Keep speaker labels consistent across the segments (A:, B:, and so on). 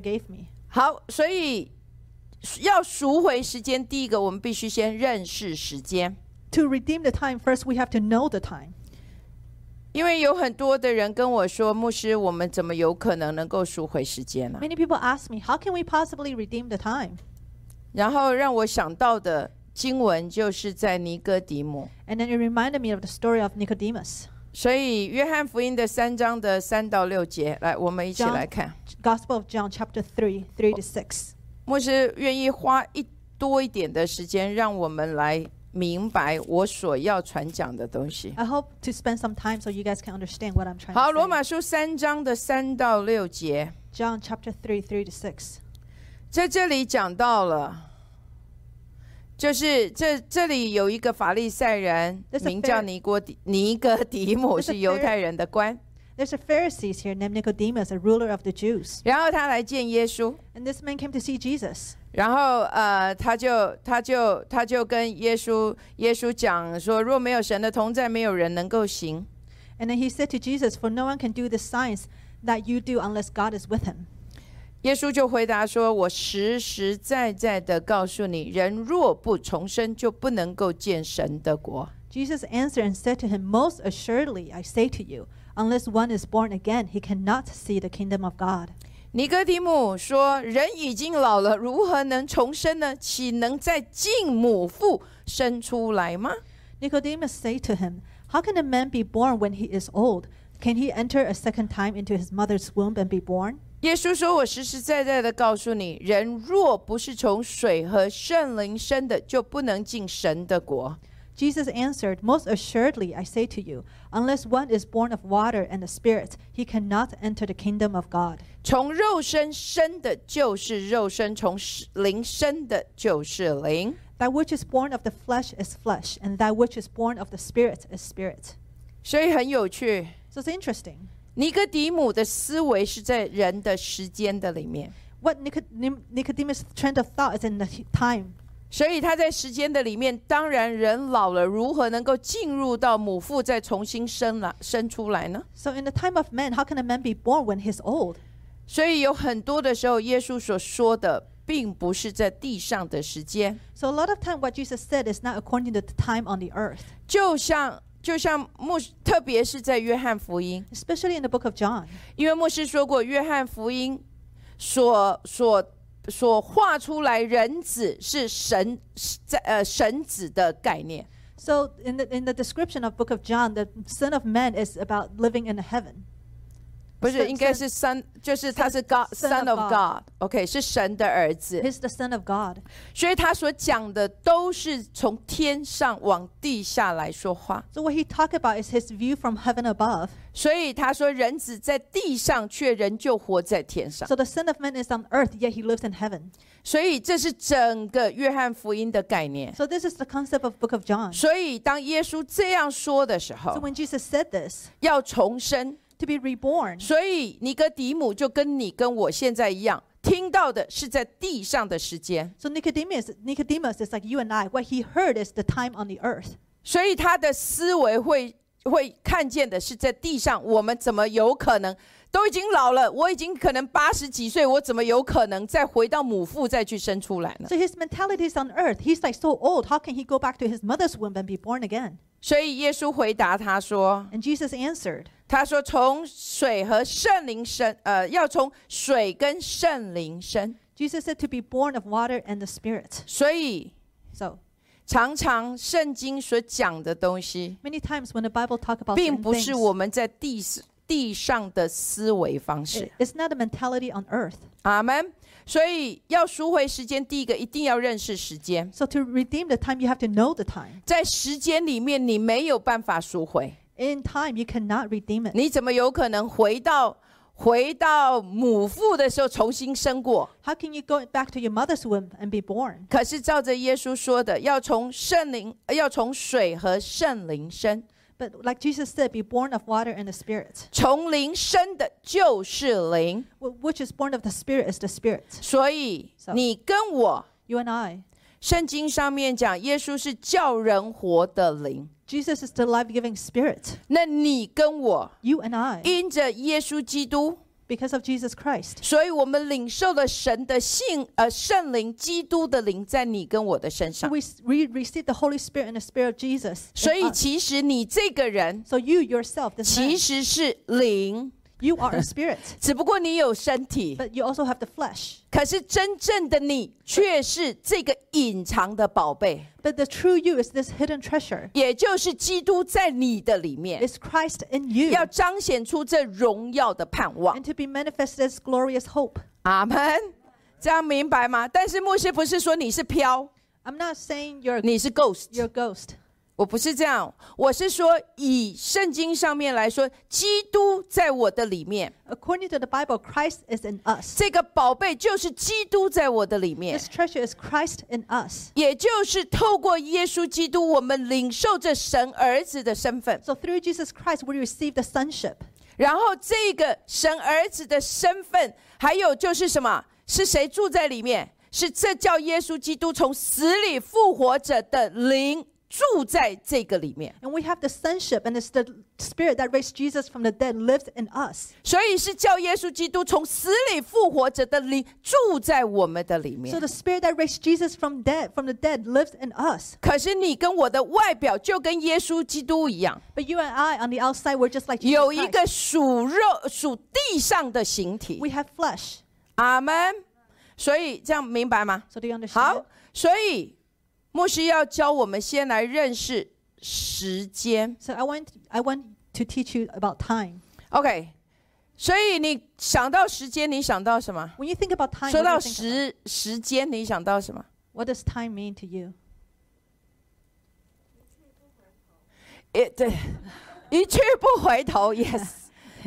A: gave me。
B: 好，所以要赎回时间，第一个我们必须先认识时间，
A: To redeem the time, first we have to know the time.
B: 因为有很多的人跟我说，牧师，我们怎么有可能能够赎回时间呢、
A: Many people ask me, how can we possibly redeem the time?
B: 然后让我想到的经文就是在尼哥底母，
A: And then it reminded me of the story of Nicodemus.
B: 所以约翰福音的三章的三到六节，来，我们一起
A: 章
B: 来看。
A: Gospel of John, chapter 3, 3 to 6.
B: 牧师愿意花一多一点的时间，让我们来明白我所要传讲的东西。
A: I hope to spend some time so you guys can understand what I'm trying
B: 好，
A: to
B: 罗
A: say.
B: 马书三章的三到六节，
A: John, chapter 3, 3 to 6.
B: 在这里讲到了，就是这这里有一个法利赛人
A: That's，a
B: 名叫
A: fair-
B: 尼哥底尼哥底
A: That's
B: 母，
A: a
B: 是犹太人的官，
A: There's a Pharisee here named Nicodemus, a ruler of the Jews.
B: 然后他来见耶稣，
A: And this man came to see Jesus.
B: 然后呃，他就他就他就跟耶稣耶稣讲说，若没有神的同在，没有人能够行。
A: And then he said to Jesus, For no one can do the signs that you do unless God is with him.
B: 耶稣就回答说：“我实实在在的告诉你，人若不重生，就不能够见神的国。
A: Jesus answered and said to him, Most assuredly, I say to you, unless one is born again, he cannot see the kingdom of God. ”
B: 尼哥底母说：“人已经老了，如何能重生呢？岂能在敬母腹生出来吗
A: Nicodemus said to him, How can a man be born when he is old? Can he enter a second time into his mother's womb and be born?
B: 耶稣说：“我实实在在的告诉你，人若不是从水和圣灵生的，就不能进神的国。
A: Jesus answered, Most assuredly, I say to you, unless one is born of water and the Spirit, he cannot enter the kingdom of God.
B: 从肉身生的就是肉身，从灵生的就是灵。”
A: That which is born of the flesh is flesh, and that which is born of the Spirit is spirit.
B: 所以很有趣，
A: So it's interesting.
B: 尼哥底母的思维是在人的时间的里面，
A: What Nicod- Nicodemus' trend of thought is in the t- time
B: 所以他在时间的里面，当然人老了，如何能够进入到母腹再重新生来生出来呢？
A: So in the time of man, how can a man be born when he's old?
B: 所以有很多的时候，耶稣所说的并不是在地上的时间，
A: So a lot of time what Jesus said is not according to the time on the earth,
B: 就像就像牧，特别是在约翰福音，
A: especially in the book of John.
B: 因为牧师说过，约翰福音所所所画出来人子是神是在呃神子的概念。
A: So in the in the description of book of John, the son of man is about living in the heaven.
B: 不是，
A: Son-
B: 应该是 son，就是他是 God
A: Son
B: son
A: of
B: of God，OK，、是神的儿子，
A: He's the son of God.
B: 所以他所讲的都是从天上往地下来说话。
A: So what he talked about is his view from heaven above.
B: 所以他说，人子在地上，却仍旧活在天上。
A: So the son of man is on earth, yet he lives in heaven.
B: 所以这是整个约翰福音的概念。
A: So this is the concept of book of John.
B: 所以当耶稣这样说的时
A: So
B: 候，
A: when Jesus said this,
B: 要重生。
A: to be reborn.
B: 所以尼哥底母就跟你跟我现在一样，听到的是在地上的时间，
A: So Nicodemus Nicodemus is like you and I. What he heard is the time on the earth.
B: 所以他的思维会会看见的是在地上，我们怎么有可能都已经老了，我已经可能八十几岁，我怎么有可能再回到母腹再去生出来呢？
A: So his mentality is on earth. He's like so old. How can he go back to his mother's womb and be born again?
B: 所以耶稣回答他说
A: And Jesus answered.：“
B: 他说从水和圣灵生，呃，要从水跟圣灵生，
A: Jesus said to be born of water and the Spirit.
B: 所以。”
A: So
B: 常常圣经所讲的东西，
A: many times when the Bible talk about
B: 并
A: certain
B: 不是我
A: things,
B: 们在地地上的思维方式
A: it-。it's not a mentality on earth.
B: 阿门。所以要赎回时间，第一个一定要认识时间，
A: So to redeem the time, you have to know the time.
B: 在时间里面你没有办法赎回，
A: In time, you cannot redeem it.
B: 你怎么有可能回到回到母腹的时候重新生过？
A: How can you go back to your mother's womb and be born?
B: 可是照着耶稣说的，要从圣灵，呃要从水和圣灵生，
A: But like Jesus said, be born of water and the Spirit.
B: 从灵生的就是灵。
A: Wh- Which is born of the Spirit is the Spirit.
B: 所以
A: So-
B: 你跟我，
A: You and I.
B: 圣经上面讲，耶稣是叫人活的灵。
A: Jesus is the life-giving Spirit.
B: 那你跟我
A: You and I.
B: 因着耶稣基督，
A: because of Jesus Christ.
B: 所以，我们领受了神的信，呃，圣灵、基督的灵在你跟我的身
A: So
B: 上。
A: we s- we receive the Holy Spirit and the Spirit of Jesus. in
B: 所以，
A: us.
B: 其实你这个人
A: so you yourself, this
B: 其
A: man,
B: 实是灵，
A: you are a spirit,
B: 只不过你有身体，
A: but you also have the flesh.
B: 可是真正的你却是这个隐藏的宝贝，
A: But the true you is this hidden treasure.
B: 也就是基督在你的里面，
A: It's Christ in you, 嗯
B: 要彰显出这荣耀的盼望
A: and。to be manifested as glorious hope.
B: 阿门。这样明白吗？但是牧师不是说你是飘，
A: I'm not saying you're
B: 你是 ghost，
A: you're a ghost.
B: 我不是这样，我是说以圣经上面来说，基督在我的里面，
A: According to the Bible, Christ is in us.
B: 这个宝贝就是基督在我的里面
A: This，treasure is Christ in us.
B: 也就是透过耶稣基督，我们领受着神儿子的身份，
A: So through Jesus Christ, we receive the sonship.
B: 然后这个神儿子的身份，还有就是什么？是谁住在里面？是这叫耶稣基督从死里复活者的灵住在这个里面。
A: And we have the sonship, and it's the spirit that raised Jesus from the dead lives in us.
B: 所以是叫耶稣基督从死里复活者的灵住在我们的里
A: So
B: 面。
A: the spirit that raised Jesus from dead from the dead lives in us.
B: 可是你跟我的外表就跟耶稣基督一样，
A: But you and I on the outside we're just like Jesus
B: 有一
A: Christ.
B: 个属肉、属地上的形体
A: We。have flesh.
B: 阿门。所以这样明白吗？
A: So do you understand?
B: 好，所以牧师要教我们先来认识时间。
A: So I want I want to teach you about time.
B: OK，所以你想到时间，你想到什么？
A: When you think about time,
B: 说
A: what, do
B: 到
A: you think about?
B: 时时间，你想到什么？
A: what does time mean to you?
B: 也对，一去不 回头。Yes，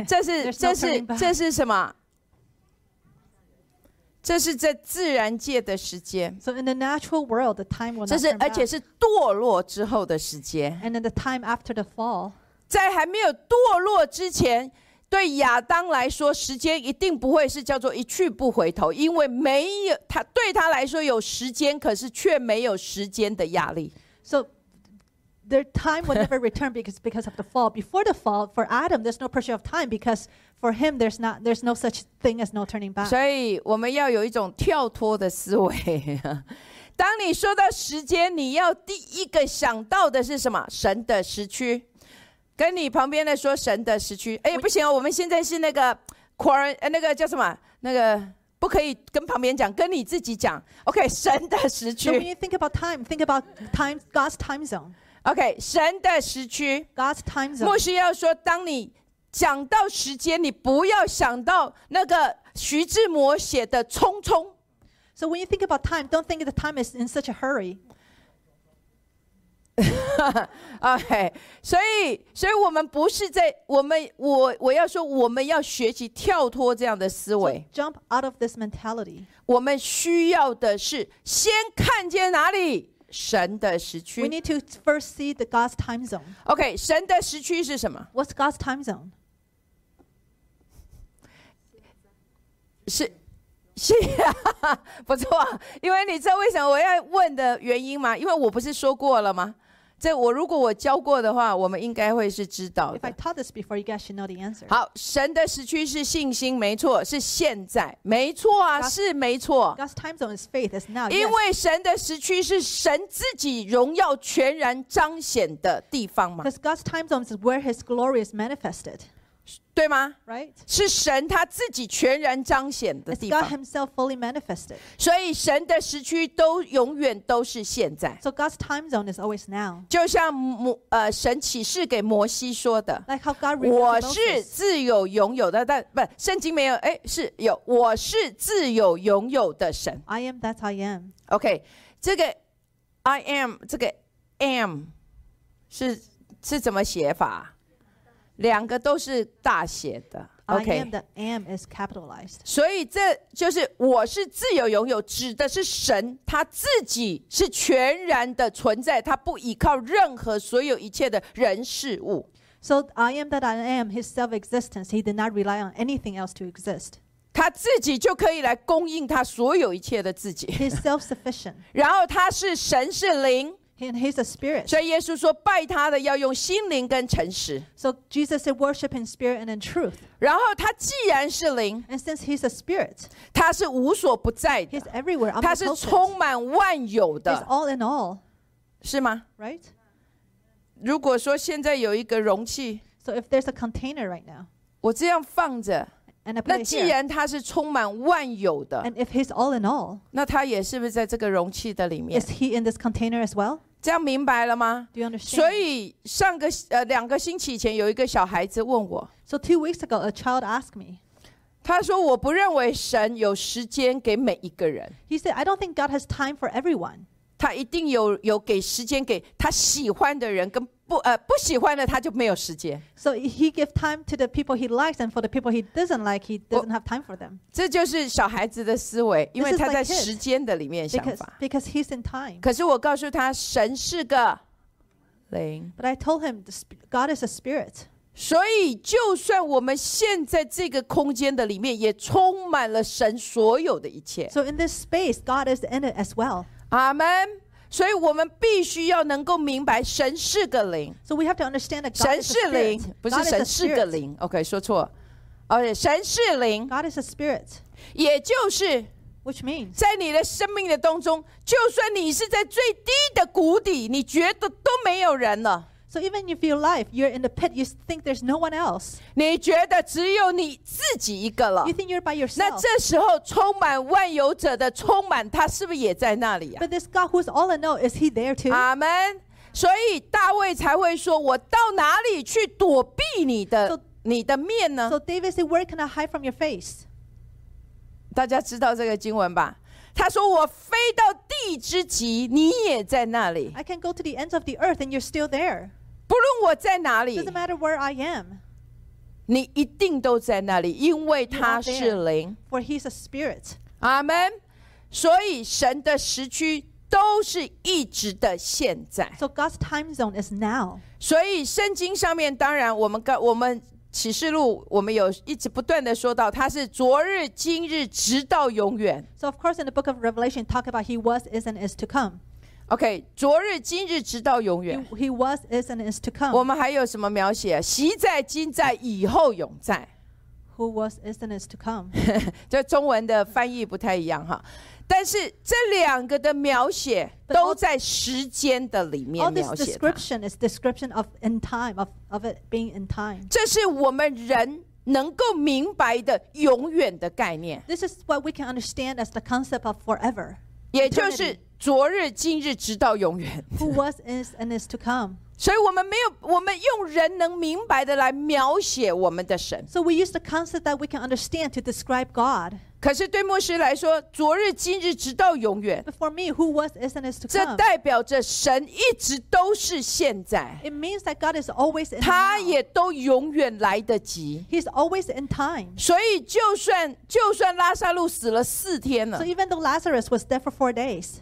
B: 这是
A: There's
B: 这
A: no
B: 是
A: turning back
B: 这是什么？这是在自然界的时间，
A: So in the natural world, the time will
B: 这
A: not
B: 是
A: turn
B: 而且
A: back.
B: 是堕落之后的时间，
A: And then the time after the fall.
B: 在还没有堕落之前。对亚当来说，时间一定不会是叫做一去不回头，因为没有他对他来说有时间，可是却没有时间的压力。
A: So their time will never return because because of the fall. Before the fall, for Adam, there's no pressure of time because for him there's not there's no such thing as no turning back.
B: 所以我们要有一种跳脱的思维。 当你说到时间，你要第一个想到的是什么？神的时区。跟你旁边的说神的时区，哎，不行、哦，我们现在是那个 quarant，呃，那个叫什么？那个不可以跟旁边讲，跟你自己讲。OK，神的时
A: So when
B: 区
A: you think about time, think about time God's time zone.
B: ，OK，神的时区。
A: God's time zone.
B: 牧师要说，当你讲到时间，你不要想到那个徐志摩写的《匆匆》。
A: So when you think about time, don't think the time is in such a hurry.
B: OK，所以，所以我们不是在我们我我要说，我们要学习跳脱这样的思
A: So
B: 维。
A: jump out of this mentality.
B: 我们需要的是先看见哪里神的时
A: We
B: 区。
A: need to first see the God's time zone.
B: OK，神的时区是什么？
A: What's God's time zone?
B: 是是啊，不错。因为你知道为什么我要问的原因吗？因为我不是说过了吗？这我如果我教过的话，我们应该会是知道
A: If I
B: 的。
A: taught this before, you guys should know the answer.
B: 好，神的时区是信心，没错，是现在，没错啊，是没错。
A: God's time zone is faith. It's now.
B: 因
A: 啊 Yes.
B: 为神的时区是神自己荣耀全然彰显的地方嘛，
A: Because God's time zone is where His glory is manifested,
B: 对吗？
A: right?
B: 是神他自己全然彰显的
A: It's
B: 地
A: God
B: 方，
A: Himself fully manifested.
B: 所以神的时区都永远都是现在。
A: So God's time zone is always now.
B: 就像摩呃神启示给摩西说的
A: Like how：“ God
B: 我
A: revealed to
B: 是
A: Moses.
B: 自有拥有的。但”不，圣经没有，哎，是有，我是自有拥有的神。
A: I am that I am.
B: OK，这个 I am 这个 am 是是怎么写法？两个都是大写的。
A: I am
B: OK，
A: that am is capitalized.
B: 所以这就是我是自由拥有，指的是神他自己是全然的存在，他不依靠任何所有一切的人事物，
A: So I am that I am, His self existence. He did not rely on anything else to exist.
B: 他自己就可以来供应他所有一切的自己。
A: He is self sufficient.
B: 然后他是神是灵，
A: and he's a spirit.
B: 所以耶稣说，拜他的要用心灵跟诚实。
A: So Jesus said, worship in spirit and in truth.
B: 然后他既然是灵，
A: And since he's a spirit,
B: 他是无所不在的
A: he's，everywhere.
B: 他是
A: omnipotent.
B: 充满万有
A: He's
B: 的，
A: all in all,
B: 是吗？
A: right?
B: 如果说现在有一个容器，
A: So if there's a container right now
B: 我这样放着，
A: and I put
B: 那
A: it
B: 既
A: here,
B: 然它是充满万有的，
A: and if he's all in all,
B: 那它也是不是在这个容器的里面
A: is？he in this container as well?
B: 这样明白了吗？
A: Do you understand?
B: 所以上个呃两个星期以前，有一个小孩子问我，
A: so two weeks ago, a child asked me.
B: 他说：“我不认为神有时间给每一个人，
A: He said, "I don't think God has time for everyone.
B: 他一定有有给时间给他喜欢的人，跟不呃不喜欢的他就没有时间。
A: So he give time to the people he likes, and for the people he doesn't like, he doesn't have time for them
B: 这就是小孩子的思维，因为
A: This is
B: 他在
A: like kids.
B: 时间的里面想
A: because
B: 法。
A: because he's in time."
B: 可是我告诉他，神是个灵，
A: But I told him, the sp- God is a spirit.
B: 所以就算我们现在这个空间的里面，也充满了神所有的一切。
A: So in this space, God is in it as well.
B: 阿门。所以我们必须要能够明白，神是个灵，
A: So we have to understand that God
B: 神
A: is
B: 是
A: a spirit.
B: 灵，不
A: God
B: 是
A: is
B: 神
A: a
B: 是个
A: spirit.
B: 灵。OK，说错。OK，神是灵，
A: God is a spirit,
B: 也就是
A: which means
B: 在你的生命的当中，就算你是在最低的谷底，你觉得都没有人了，
A: so even if your life you're in the pit, you think there's no one else.
B: 你觉得只有你自己一个了
A: You。think you're by
B: 那
A: yourself.
B: 这时候充满万有者的充满，他是不是也在那里呀、
A: But this God who's all in all, is he there too?
B: 阿门。所以大卫才会说：“我到哪里去躲避你的
A: So-
B: 你的面呢
A: So David said, Where can I hide from your face? ”
B: 大家知道这个经文吧？他说：“我飞到地之极，你也在那里。
A: I can go to the ends of the earth and you're still there.
B: 不论我在哪里，
A: Doesn't matter where I am,
B: 你一定都在那里，因为
A: You are
B: 他是灵。
A: for he's a spirit. ”
B: 阿门。所以神的时区都是一直的现在。
A: So God's time zone is now.
B: 所以圣经上面，当然我们刚我们启示录，我们有一直不断的说到，它是昨日、今日，直到永远。
A: So of course in the book of Revelation talk about he was, is and is to come.
B: OK，昨日、今日，直到永
A: He,
B: 远。
A: he was, is and is to
B: 我
A: come.
B: 们还有什么描写？习在、今在、以后永在。
A: Who was, is and is to come.
B: 这中文的翻译不太一样哈，但是这两个的描写
A: But all-
B: 都在时间的里
A: All
B: 面
A: this
B: 描写它。
A: description is description of in time, of, of it being in time.
B: 这是我们人能够明白的永远的概念，
A: This is what we can understand as the concept of forever.
B: 也就是昨日、今日，直到永远。
A: Who was, is and is to come.
B: 所以我们没有，我们用人能明白的来描写我们的神。
A: So we use the concept that we can understand to describe God.
B: 可是对牧师来说，昨日、今日，直到永远，
A: But for me, who was, is, and is to
B: 这
A: come.
B: 代表着神一直都是现在，
A: It means that God is always in
B: 他
A: time.
B: 也都永远来得及。
A: He's always in time.
B: 所以，就算就算拉萨路死了四天了
A: So，even though Lazarus was dead for four days,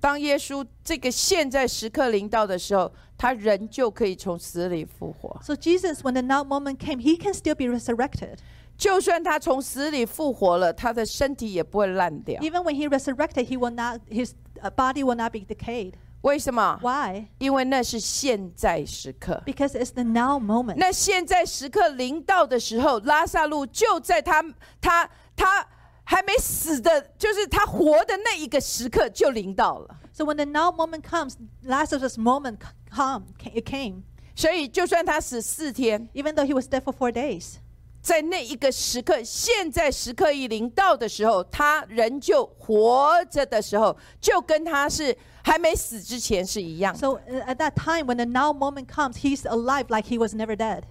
B: 当耶稣这个现在时刻临到的时候，他仍旧可以从死里复活。
A: so Jesus, when the now moment came, he can still be resurrected.
B: 就算他从死里复活了，他的身体也不会烂掉。
A: Even when he resurrected, he will not, his uh, body will not be decayed.
B: 为什么？
A: Why?
B: 因为那是现在时刻。
A: Because it's the now moment.
B: 那现在时刻临到的时候，拉萨路就在他他他还没死的，就是他活的那一个时刻就临到了。
A: So when the now moment comes, Lazarus' moment c- come, ca- it came.
B: 所以，就算他死四天，
A: Even though he was dead for four days,
B: 在那一个时刻，现在时刻一临到的时候，他仍旧活着的时候，就跟他是还没死之前是一样的。
A: so uh, at that time, when the now moment comes, he's alive like he was never dead.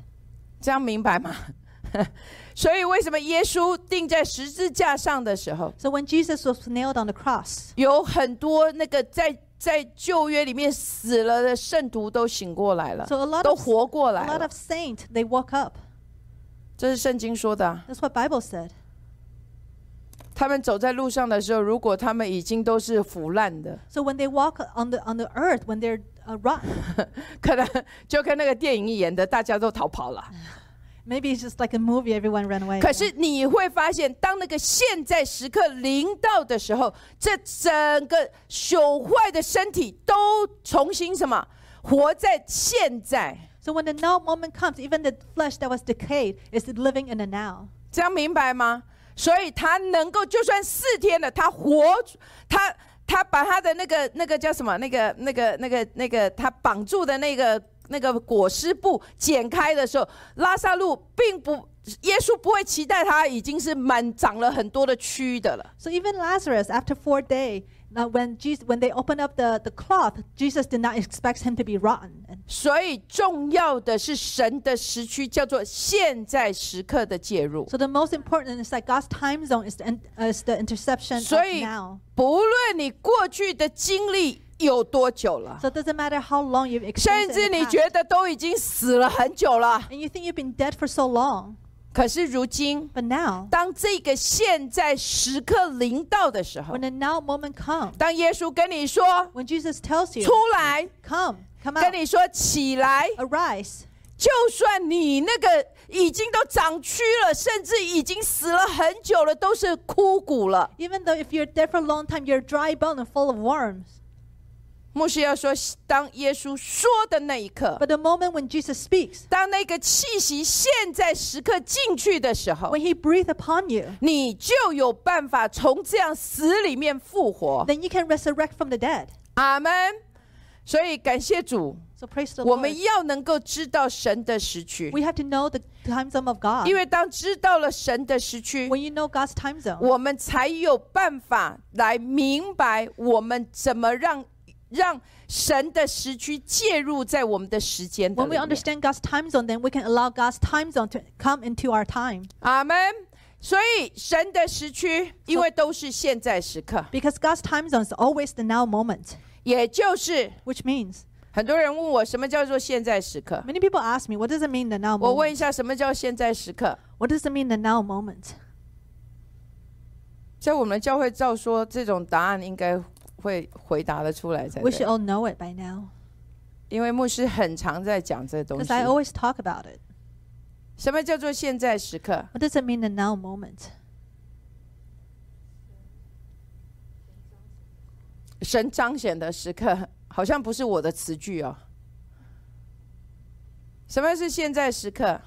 B: 这样明白 吗？所以，为什么耶稣钉在十字架上的时候，
A: So when Jesus was nailed on the cross,
B: 有很多那个在在旧约里面死了的圣徒都醒过来了
A: So a lot of-
B: 都活过
A: a
B: 来
A: lot
B: 了
A: of。saints they woke up.
B: 这是圣经说的啊、
A: That's what Bible said.
B: 他们走在路上的时候，如果他们已经都是腐烂的，
A: So when they walk on the on the earth, when they're uh, rock,
B: 可能就跟那个电影演的，大家都逃跑了。
A: Maybe it's just like a movie, everyone ran away.
B: 可是你会发现，当那个现在时刻临到的时候，这整个朽坏的身体都重新什么活在现在，
A: so when the now moment comes, even the flesh that was decayed is living in the now.
B: 这样明白吗？所以他能够就算四天了，他活，他他把他的那个那个叫什么那个那个那个那个他绑住的那个那个裹尸布剪开的时候，拉萨路并不。耶稣不会期待他已经是满长了很多的蛆的了，
A: So even Lazarus, after four days, now when Jesus, when they opened up the, the cloth, Jesus did not expect him to be rotten. And
B: 所以重要的是神的时区叫做现在时刻的介入。
A: so the most important is that God's time zone is the, in, uh, is the interception
B: So-
A: of now.
B: 不论你过去的经历有多久了，
A: So it doesn't matter how long you've
B: 甚
A: experienced it
B: 至
A: in
B: 你
A: the
B: 觉
A: past,
B: 得都已经死了很久了，
A: and you think you've been dead for so long,
B: 可是如今，
A: but now,
B: 当这个现在时刻临到的时候
A: when，the now moment comes,
B: 当耶稣跟你说
A: when Jesus tells
B: 出
A: you,
B: 来，
A: "Come, come
B: 跟
A: out,
B: 你说起来，
A: arise,"
B: 就算你那个已经都长蛆了，甚至已经死了很久了，都是枯骨了。
A: even though if you're dead for a long time, you're dry bone and full of worms.
B: 牧师要说，当耶稣说的那一刻，
A: But the moment when Jesus speaks,
B: 当那个气息现在时刻进去的时候
A: when，He breathes upon you,
B: 你就有办法从这样死里面复活。
A: then you can resurrect from the dead.
B: 阿门。所以感谢主，
A: So praise the
B: 我
A: Lord.
B: 们要能够知道神的时区，
A: We have to know the time zone of God.
B: 因为当知道了神的时区，
A: When you know God's time zone,
B: 我们才有办法来明白我们怎么让让神的时区介入在我们的时间的
A: when
B: 里
A: we
B: 面。
A: understand God's time zone, then we can allow God's time zone to come into our time.
B: 阿门。所以神的时区，因为都是现在时刻，
A: Because God's time zone is always the now moment,
B: 也就是
A: which means
B: 很多人问我什么叫做现在时刻。
A: many people ask me, what does it mean the now
B: 我问一
A: moment?
B: 下，什么叫现在时刻？
A: What does it mean the now moment?
B: 在我们教会照说，这种答案应该会回答得出来才
A: We should
B: 对。
A: all know it by now.
B: 因为牧师很常在讲这东
A: Because
B: 西。
A: I always talk about it.
B: 什么叫做现在时刻？
A: What does it mean the now moment?
B: 神彰显的时刻，好像不是我的词句哦。什么是现在时刻？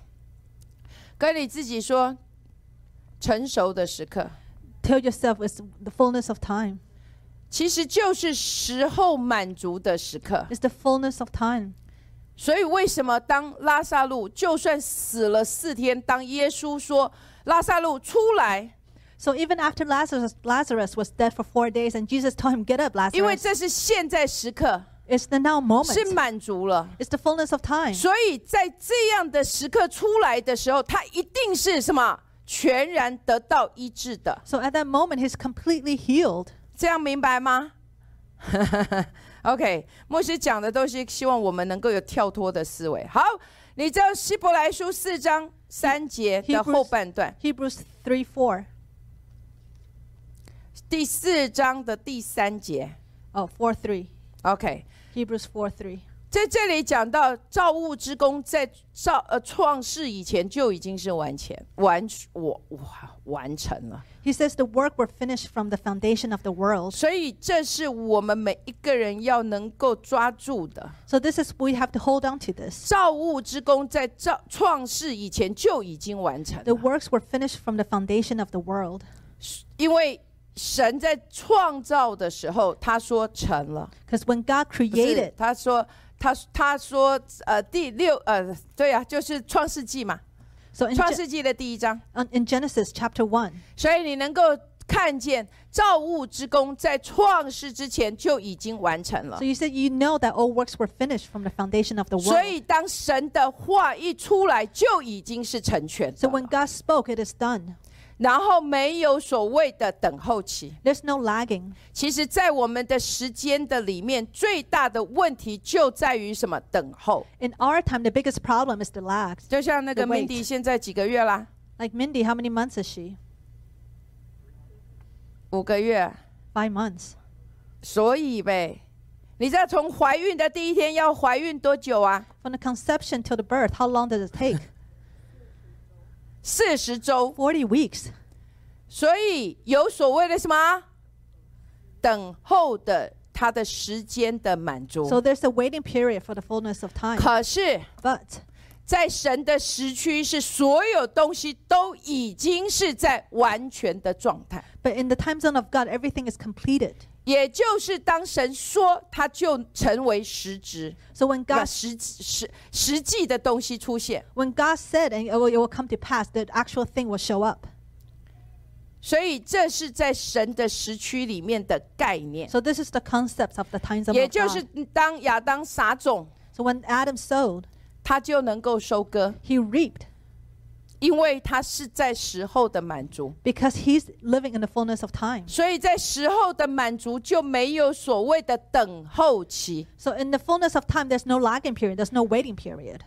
B: 跟你自己说，成熟的时刻，
A: Tell yourself it's the fullness of time.
B: 其实就是时候满足的时刻。
A: It's the fullness of time.
B: 所以，为什么当拉萨路就算死了四天，当耶稣说拉萨路出来，
A: So even after Lazarus, Lazarus was dead for four days, and Jesus told him, "Get up,
B: 因为
A: Lazarus."
B: 这是现在时刻，
A: It's the now
B: 是
A: moment.
B: 满足了。
A: It's the fullness of time.
B: 所以在这样的时刻出来的时候，他一定是什么？全然得到医治的，
A: So at that moment, he's completely healed.
B: 这样明白吗 ？OK，牧师讲的都是希望我们能够有跳脱的思维。好，你知道希伯来书四章三节的
A: Hebrews-
B: 后半段，
A: Hebrews three four.
B: 第四章的第三节
A: Oh, 4 3.
B: ，OK，
A: Hebrews 4 3.
B: 在这里讲到造物之功在造呃创世以前就已经是完全完我哇完成了。
A: He says, The work were finished from the foundation of the world.
B: 所以这是我们每一个人要能够抓住的。
A: So this is, we have to hold on to this.
B: 造物之功在造创世以前就已经完成
A: The
B: 了，
A: works were finished from the foundation of the world.
B: 因为神在创造的时候，他说成了，
A: Because when God
B: 不是
A: created,
B: 他说他他说呃第六呃对啊，就是创世纪嘛，
A: so in,
B: 创
A: Gen-
B: 世纪的第一章，
A: on- in Genesis chapter 1,
B: 所以你能够看见造物之功在创世之前就已经完成了
A: so。you said, You know that all works were finished from the foundation of the
B: 所
A: world.
B: 以，当神的话一出来，就已经是成全的
A: So
B: 了
A: when God spoke, it is done.
B: 然后没有所谓的等候期。
A: There's no lagging.
B: 其实，在我们的时间的里面，最大的问题就在于什么？等候。
A: In our time, the biggest problem is the lag.
B: 就像那个
A: The wait
B: Mindy 现在几个月啦？
A: Like Mindy, how many months is she?
B: 五个月。
A: Five months.
B: 所以呗，你知道从怀孕的第一天要怀孕多久啊？
A: From the conception till the birth, how long does it take?
B: 四十周，
A: 40 weeks.
B: 所以有所谓的什么等候的他的时间的满足。
A: So there's a waiting period for the fullness of time.
B: 可是，
A: But
B: 在神的时区是所有东西都已经是在完全的状态，
A: but in the time zone of God, everything is completed.
B: 也就是当神说，它就成为实质，
A: So when
B: 那
A: God
B: 实实实际的东西出现。
A: when God said and it will, it will come to pass, the actual thing will show up.
B: 所以这是在神的时区里面的概念，
A: So this is the concept of the time zone
B: 也
A: of
B: 就是
A: God.
B: 当亚当撒种，
A: So when Adam sowed,
B: 他就能够收割，
A: he reaped
B: 因为他是在时候的满足。
A: because he's living in the fullness of time.
B: 所以在时候的满足就没有所谓的等候期，
A: So in the fullness of time, there's no lagging period. There's no waiting period.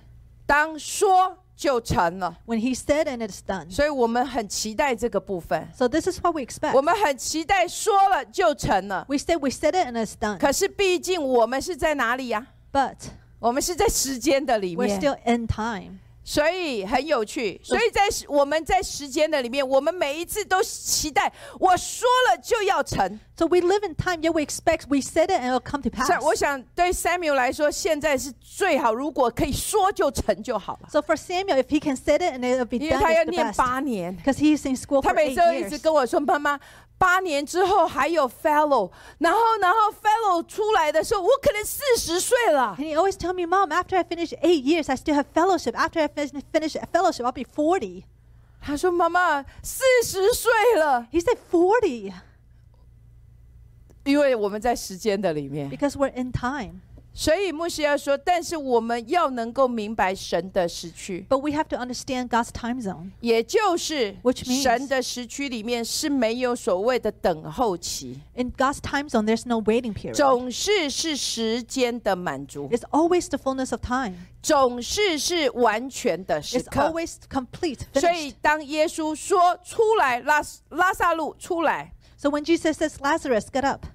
B: 当说就成了。
A: When he said and it's done.
B: 所以我们很期待这个部分，
A: So this is what we expect.
B: 我们很期待说了就成了。
A: We said we said it and it's done.
B: 可是毕竟我们是在哪里呀、
A: But
B: 我们是在时间的里
A: we're
B: 面，
A: still in time.
B: 所以很有趣。所以在时我们在时间的里面，我们每一次都期待我说了就要成。
A: So we live in time, yet we expect we said it and it'll come to pass.
B: 像我想对 Samuel 来说，现在是最好，如果可以说就成就好了，
A: So for Samuel, if he can say it and it'll be
B: 因为
A: done,
B: 他要
A: it's the
B: 念
A: best.
B: 八年。
A: Because he's in school
B: 他
A: for eight
B: 每次都一直
A: years.
B: 跟我说：“妈妈，八年之后还有 fellow，然后然后 fellow 出来的时候，我可能四十岁了。
A: And he always tell me, Mom, after I finish eight years, I still have fellowship. After I finish, finish fellowship, I'll be 40. ”
B: 他说：“妈妈，四十岁了，
A: He said 40
B: 因为我们在时间的里面，
A: because we're in time.
B: 所以牧师要说，但是我们要能够明白神的时区，
A: But we have to understand God's time zone.
B: 也就是
A: Which means-
B: 神的时区里面是没有所谓的等候期，
A: In God's time zone, there's no waiting period.
B: 总是是时间的满足，
A: It's always the fullness of time.
B: 总是是完全的时
A: It's
B: 刻。”
A: always complete,
B: 所以
A: finished.
B: 当耶稣说出来拉拉萨路出来，
A: So when Jesus says, Lazarus, get up,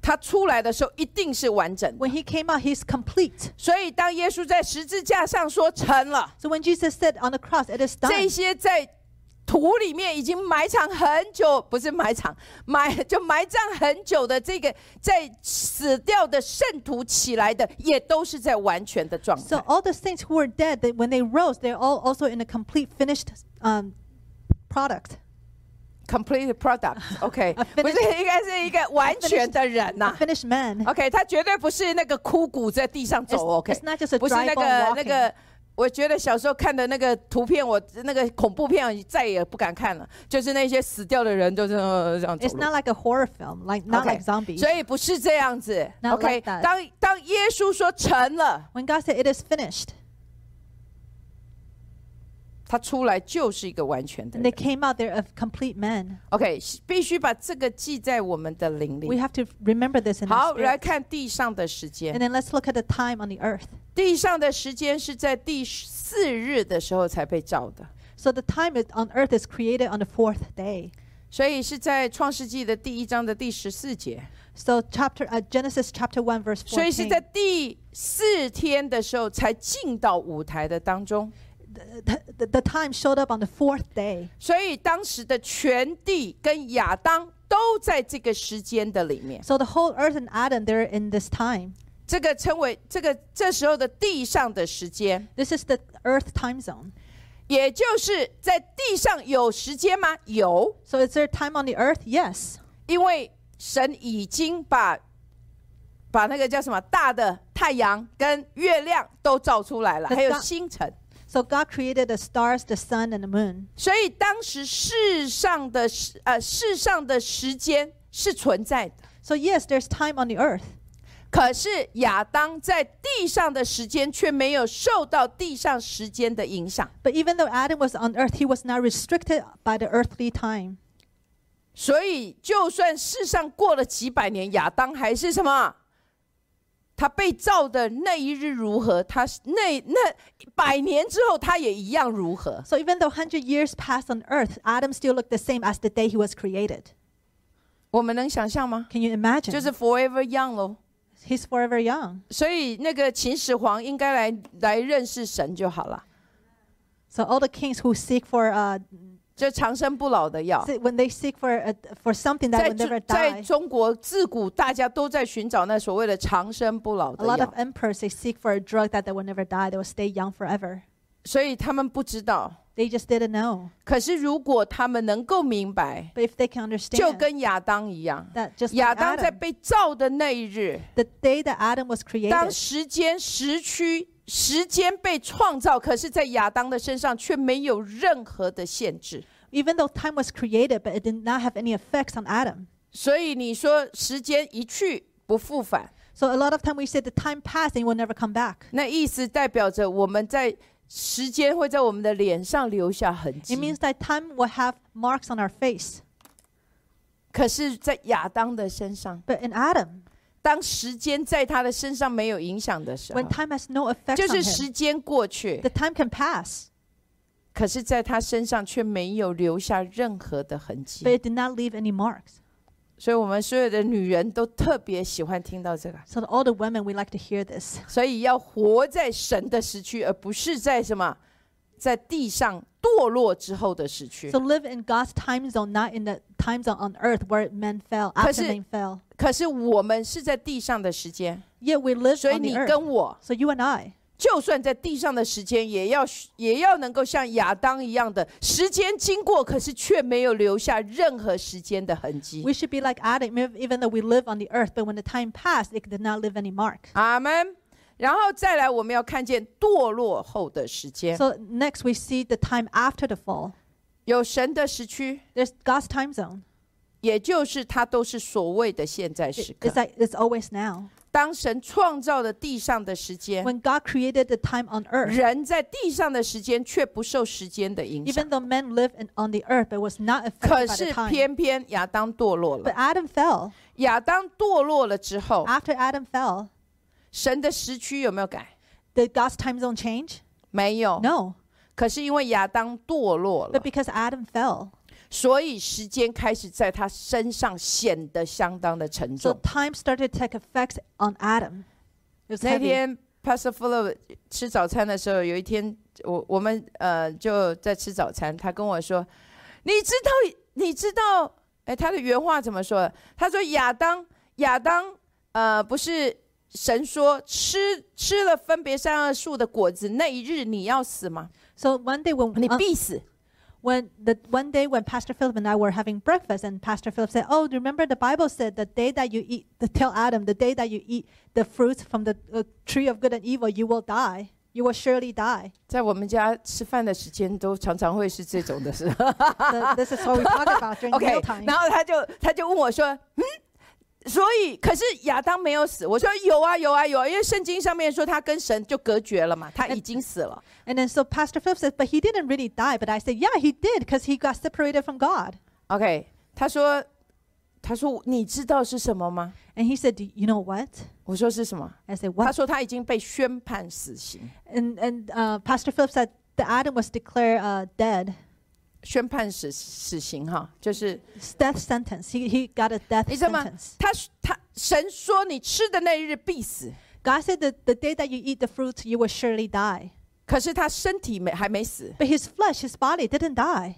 B: 他出来的时候一定是完整的。
A: when he came out, he's complete.
B: 所以当耶稣在十字架上说成了，
A: So when Jesus said on the cross, it is
B: 这
A: done.
B: 些在土里面已经埋藏很久，不是埋藏埋就埋葬很久的这个在死掉的圣徒起来的，也都是在完全的状态
A: So。all the saints who were dead, they, when they rose, they're all also in a complete finished um, product.
B: Complete product，OK，、
A: A finished-
B: 不是应该是一个完全的人 呐、
A: A finished man.
B: OK，他绝对不是那个枯骨在地上走。OK，
A: it's not just a
B: 不是那
A: dry
B: 个
A: bone
B: 那
A: walking
B: 个，我觉得小时候看的那个图片，我那个恐怖片再也不敢看了，就是那些死掉的人就是呃这样走
A: It's
B: 路。
A: not like a horror film, like not
B: OK，
A: like zombies.
B: 所以不是这样子。
A: Not
B: OK，
A: like that
B: 当当耶稣说成了，
A: when God said it is finished,
B: 他出来就是一个完全的
A: and they
B: 人。
A: came out there of complete men.
B: OK，必须把这个记在我们的灵
A: We
B: 里。
A: have to remember this in
B: 好，
A: our
B: 来
A: spirit.
B: 看地上的时
A: And
B: 间。
A: then let's look at the time on the earth.
B: 地上的时间是在第四日的时候才被造的。
A: So the time is, on earth is created on the fourth day.
B: 所以是在创世纪的第一章的第十四节，
A: So chapter uh, Genesis chapter one verse
B: 所以是
A: fourteen.
B: 在第四天的时候才进到舞台的当中。
A: The, the, the time showed up on the fourth day.
B: 所以当时的全地跟亚当都在这个时间的里面，
A: So the whole earth and Adam they're in this time.
B: 这个称为这个这时候的地上的时间，
A: This is the earth time zone.
B: 也就是在地上有时间吗？有，
A: So is there time on the earth? Yes.
B: 因为神已经把把那个叫什么大的太阳跟月亮都造出来了，还有星辰。
A: So God created the stars, the sun, and the moon.
B: 所以当时世上的时呃世上的时间是存在的，
A: So yes, there's time on the earth.
B: 可是亚当在地上的时间却没有受到地上时间的影响，
A: But even though Adam was on earth, he was not restricted by the earthly time.
B: 所以就算世上过了几百年，亚当还是什么？他被造的那一日如何，他那那百年之后，他也一样如何。
A: So even though 100 years passed on earth, Adam still looked the same as the day he was created.
B: 我们能想象吗？
A: Can you imagine?
B: 就是 forever young 喽。
A: He's forever young.
B: 所以那个秦始皇应该来来认识神就好了。
A: So all the kings who seek for uh,
B: 这长生不老的药。
A: se- when they seek for uh, for something that
B: 在
A: will never
B: 中在
A: die,
B: 中国自古大家都在寻找那所谓的长生不老
A: a
B: 的
A: lot of
B: 药，
A: emperors they seek for a drug that they will never die. They will stay young forever.
B: 所以他们不知道。
A: They just didn't know.
B: 可是如果他们能够明白，
A: But if they can
B: 就
A: understand
B: 跟亚当一样，
A: that just
B: 亚
A: like
B: 当在
A: Adam,
B: 被造的那一日，
A: the day that Adam was created,
B: 当时间、时区、时间被创造，可是，在亚当的身上却没有任何的限制。
A: even though time was created, but it did not have any effects on Adam.
B: 所以你说时间一去不复返，
A: So a lot of time we say the time passed and it will never come back.
B: 那意思代表着我们在时间会在我们的脸上留下痕
A: It
B: 迹。
A: means that time will have marks on our face.
B: 可是，在亚当的身上，
A: But in Adam,
B: 当时间在他的身上没有影响的时候
A: when，time has no effect
B: 就
A: on
B: 是
A: him,
B: 时间过去
A: the，time can pass,
B: 可是在他身上却没有留下任何的
A: but
B: 痕迹。
A: it did not leave any marks.
B: 所以，我们所有的女人都特别喜欢听到这个。
A: So to all the women, we like to hear this.
B: 所以要活在神的时区，而不是在什么，在地上堕落之后的时区
A: So。live in God's time zone, not in the time zone on earth where men fell, after
B: 可是-
A: men fell.
B: 可是我们是在地上的时间，
A: Yet we live
B: 所以
A: on
B: 你
A: the earth.
B: 跟我，
A: So you and I,
B: 就算在地上的时间，也要也要能够像亚当一样的时间经过，可是却没有留下任何时间的痕迹
A: we。should be like Adam, ev- even though we live on the earth, but when the time passed, it did not leave any mark.
B: 阿门。然后再来，我们要看见堕落后的时间，
A: So next we see the time after the fall.
B: 有神的时区，
A: There's God's time zone.
B: 也就是它都是所谓的现在
A: It-
B: 时刻
A: it's。like it's always now.
B: 当神创造了地上的时间，
A: When God created the time on earth,
B: 人在地上的时间却不受时间的影响
A: even。though men lived in, on the earth, but was not
B: 可
A: affected by
B: 是
A: the time.
B: 偏偏亚当堕落
A: But
B: 了。
A: Adam fell.
B: 亚当堕落了之后，
A: After Adam fell,
B: 神的时区有没有改？
A: did God's time zone change?
B: 没有。
A: No.
B: 可是因为亚当堕落
A: But
B: 了，
A: because Adam fell,
B: 所以时间开始在他身上显得相当的沉
A: so
B: 重。
A: time started to take effects on Adam. It was
B: 那
A: heavy.
B: 天 Pastor Fuller 吃早餐的时候，有一天我我们呃就在吃早餐，他跟我说：“你知道你知道，哎，他的原话怎么说的？他说亚当亚当呃不是神说吃吃了分别善恶树的果子那一日你要死吗？
A: So one day when
B: 你
A: uh,
B: 必死。
A: when the one day when Pastor Philip and I were having breakfast, and Pastor Philip said, "Oh, remember the Bible said the day that you eat, the tell Adam, the day that you eat the fruits from the uh, tree of good and evil, you will die. You will surely die."
B: 在我们家吃饭的时间都常常会是这种的事。
A: So this is what we talk about during
B: OK，
A: meal time.
B: 然后他就他就问我说，嗯，所以可是亚当没有死。我说有啊有啊有啊，因为圣经上面说他跟神就隔绝了嘛，他已经死了。
A: and then so Pastor Philip says, "But he didn't really die." But I said, "Yeah, he did, because he got separated from God."
B: OK，他说他说你知道是什么吗？
A: And he said, "Do "You know what?"
B: 我说是什么？
A: I said, "What?"
B: 他说他已经被宣判死刑，
A: And and uh, Pastor Philip said that Adam was declared uh, dead,
B: 宣判死死刑哈，就是。
A: death sentence. He he got a death
B: 你知道吗
A: sentence.？
B: 他他神说你吃的那一日必死，
A: God said that the day that you eat the fruit, you will surely die.
B: 可是他身体没还没死，
A: But his flesh, his body didn't die.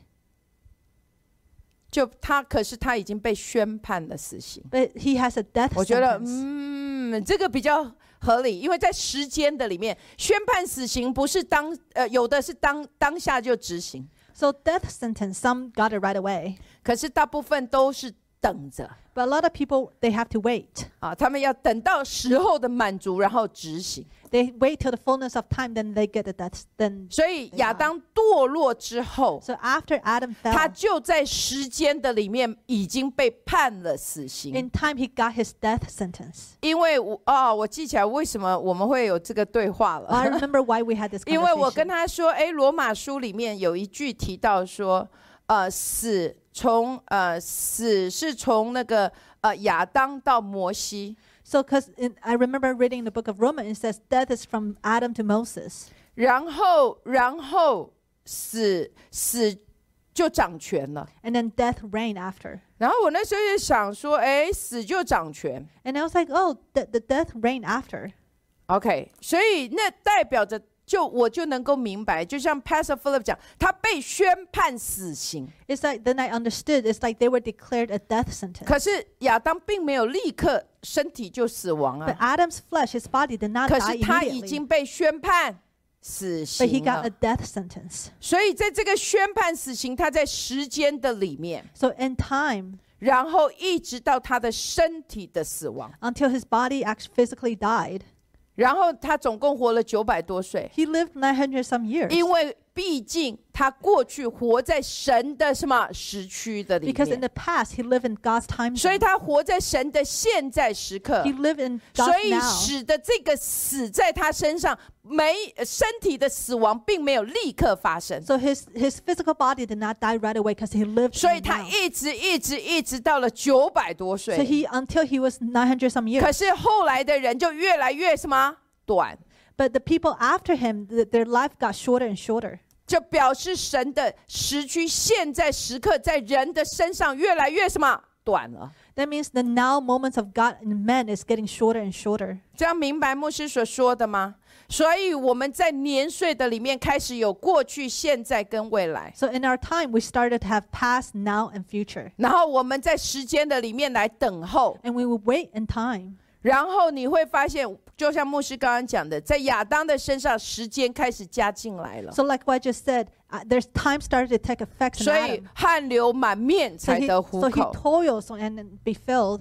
B: 就他可是他已经被宣判了死刑。
A: But he has a death
B: 我觉得，
A: sentence.
B: 嗯，这个比较合理，因为在时间的里面，宣判死刑不是当呃，有的是当当下就执行，
A: So death sentence, some got it right away.
B: 可是大部分都是等着
A: But a lot of people, they have to wait.
B: 啊，他们要等到时候的满足，然后执行。
A: They wait till the fullness of time, then they get the death. Then
B: 所以亚当堕落之后，
A: so after Adam
B: 他
A: fell,
B: 就在时间的里面已经被判了死刑。
A: in time he got his death sentence.
B: 因为我哦，我记起来为什么我们会有这个对话了。
A: I remember why we had this
B: 因为我跟
A: conversation
B: 他说，哎，《罗马书》里面有一句提到说，呃，死从呃死是从那个呃亚当到摩西，
A: So, because I remember reading the book of Romans, it says death is from Adam to Moses.
B: 然后然后死死就掌权了。
A: And then death reigned after.
B: 然后我那时候就想说，哎，死就掌权
A: And I was like, oh, the, the death reigned after.
B: ，OK，所以那代表着就我就能够明白，就像 Pastor Philip 讲，他被宣判死刑，
A: It's like then I understood. It's like they were declared a death sentence.
B: 可是亚当并没有立刻身体就死亡
A: But
B: 啊，
A: Adam's flesh, his body, did not
B: 可
A: die
B: 是他已
A: immediately.
B: 经被宣判死
A: But he
B: 刑
A: got
B: 了
A: a。death sentence.
B: 所以在这个宣判死刑，他在时间的里面，
A: So in time,
B: 然后一直到他的身体的死亡，
A: until his body actually physically died,
B: 然后他总共活了九百多岁，
A: he lived 900 some years.
B: 因为毕竟他过去活在神的什么时区的里
A: Because in
B: 面，
A: the past, he lived in God's time
B: 所以
A: zone.
B: 他活在神的现在时刻
A: He。lived in
B: 所
A: God's
B: 以
A: now.
B: 使得这个死在他身上没呃身体的死亡，并没有立刻发生，
A: So his, his physical body did not die right away because he lived
B: 所以
A: in the
B: 他
A: now.
B: 一直一直一直到了九百多
A: So
B: 岁。
A: he, until he was 900 some
B: 可
A: years.
B: 是后来的人就越来越什么短，
A: But the people after him, th- their life got shorter and shorter.
B: 就表示神的时区现在时刻在人的身上越来越什么短了。
A: That means the now moments of God and man is getting shorter and shorter.
B: 这样明白牧师所说的吗？所以我们在年岁的里面开始有过去、现在跟未来，
A: So in our time, we started to have past, now, and future.
B: 然后我们在时间的里面来等候，
A: And we will wait in time.
B: 然后你会发现，就像牧师刚刚讲的，在亚当的身上，时间开始加进来了，
A: So like what I just said, uh, there's time started to take effect in
B: 所以
A: Adam.
B: 汗流满面
A: So
B: 才
A: he,
B: 得糊
A: so he
B: 口，
A: toils and and be filled.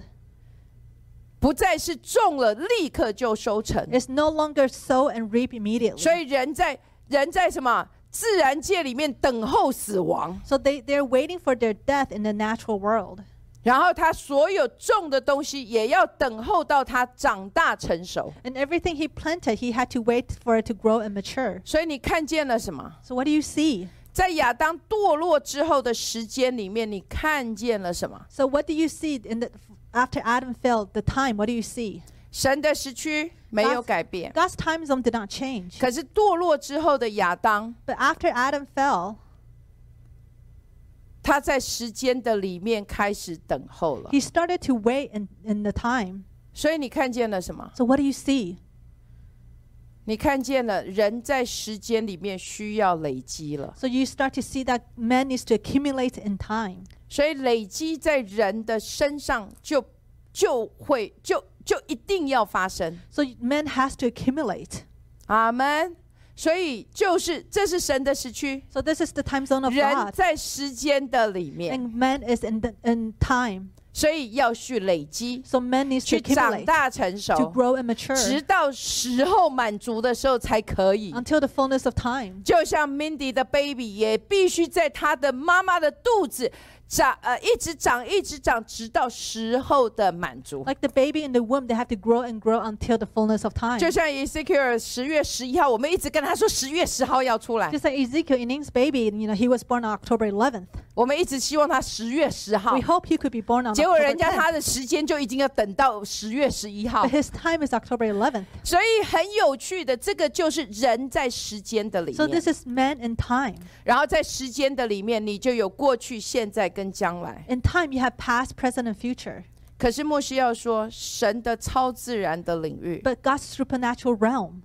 B: 不再是种了立刻就收成。
A: It's no longer sow and reap immediately.
B: 所以人在人在什么自然界里面等候死亡，
A: So they, they're waiting for their death in the natural world.
B: 然后他所有种的东西也要等候到他长大成熟。
A: And everything he planted, he had to wait for it to grow and mature.
B: 所以你看见了什么？
A: So what do you see?
B: 在亚当堕落之后的时间里面，你看见了什么？
A: So what do you see in the after Adam fell, the time, what do you see?
B: 神的时区没有改变，
A: God's time zone did not change.
B: 可是堕落之后的亚当，
A: But after Adam fell,
B: 他在时间的里面开始等候了。
A: he started to wait in, in the time.
B: 所以你看见了什么？
A: So what do you see?
B: 你看见了人在时间里面需要累积了。
A: So you start to see that man needs to accumulate in time.
B: 所以累积在人的身上就就会就就一定要发生，
A: So man has to accumulate.
B: 阿门。所以就是这是神的时区，
A: So this is the time zone of
B: 人
A: Oh God.
B: 在时间的里面，
A: And man is in the, in time.
B: 所以要去累积，
A: So man needs to
B: 去长
A: accumulate
B: 大成
A: to
B: 熟，
A: grow and mature
B: 直到时候满足的时候才可以。
A: until the fullness of time.
B: 就像 Mindy 的 baby 也必须在她的妈妈的肚子长，呃，一直长，一直长，直到时候的满足。
A: Like the baby in the womb, they have to grow and grow until the fullness of time.
B: 就像 Ezekiel 十月十一号，我们一直跟他说十月十号要出来，
A: Just like Ezekiel, Ining's baby, you know, he was born on October 11th.
B: 我们一直希望他十月十号
A: We，hope he could be born on
B: 结果
A: October
B: 人家
A: 10th.
B: 他的时间就已经要等到十月十一 号
A: But，his time is October 11th.
B: 所以很有趣的，这个就是人在时间的里
A: So
B: 面
A: this，is man in time.
B: 然后在时间的里面，你就有过去、现在跟将来。
A: In time, you have past, present, and future.
B: 可是莫西要说，神的超自然的领域，
A: But God's supernatural realm,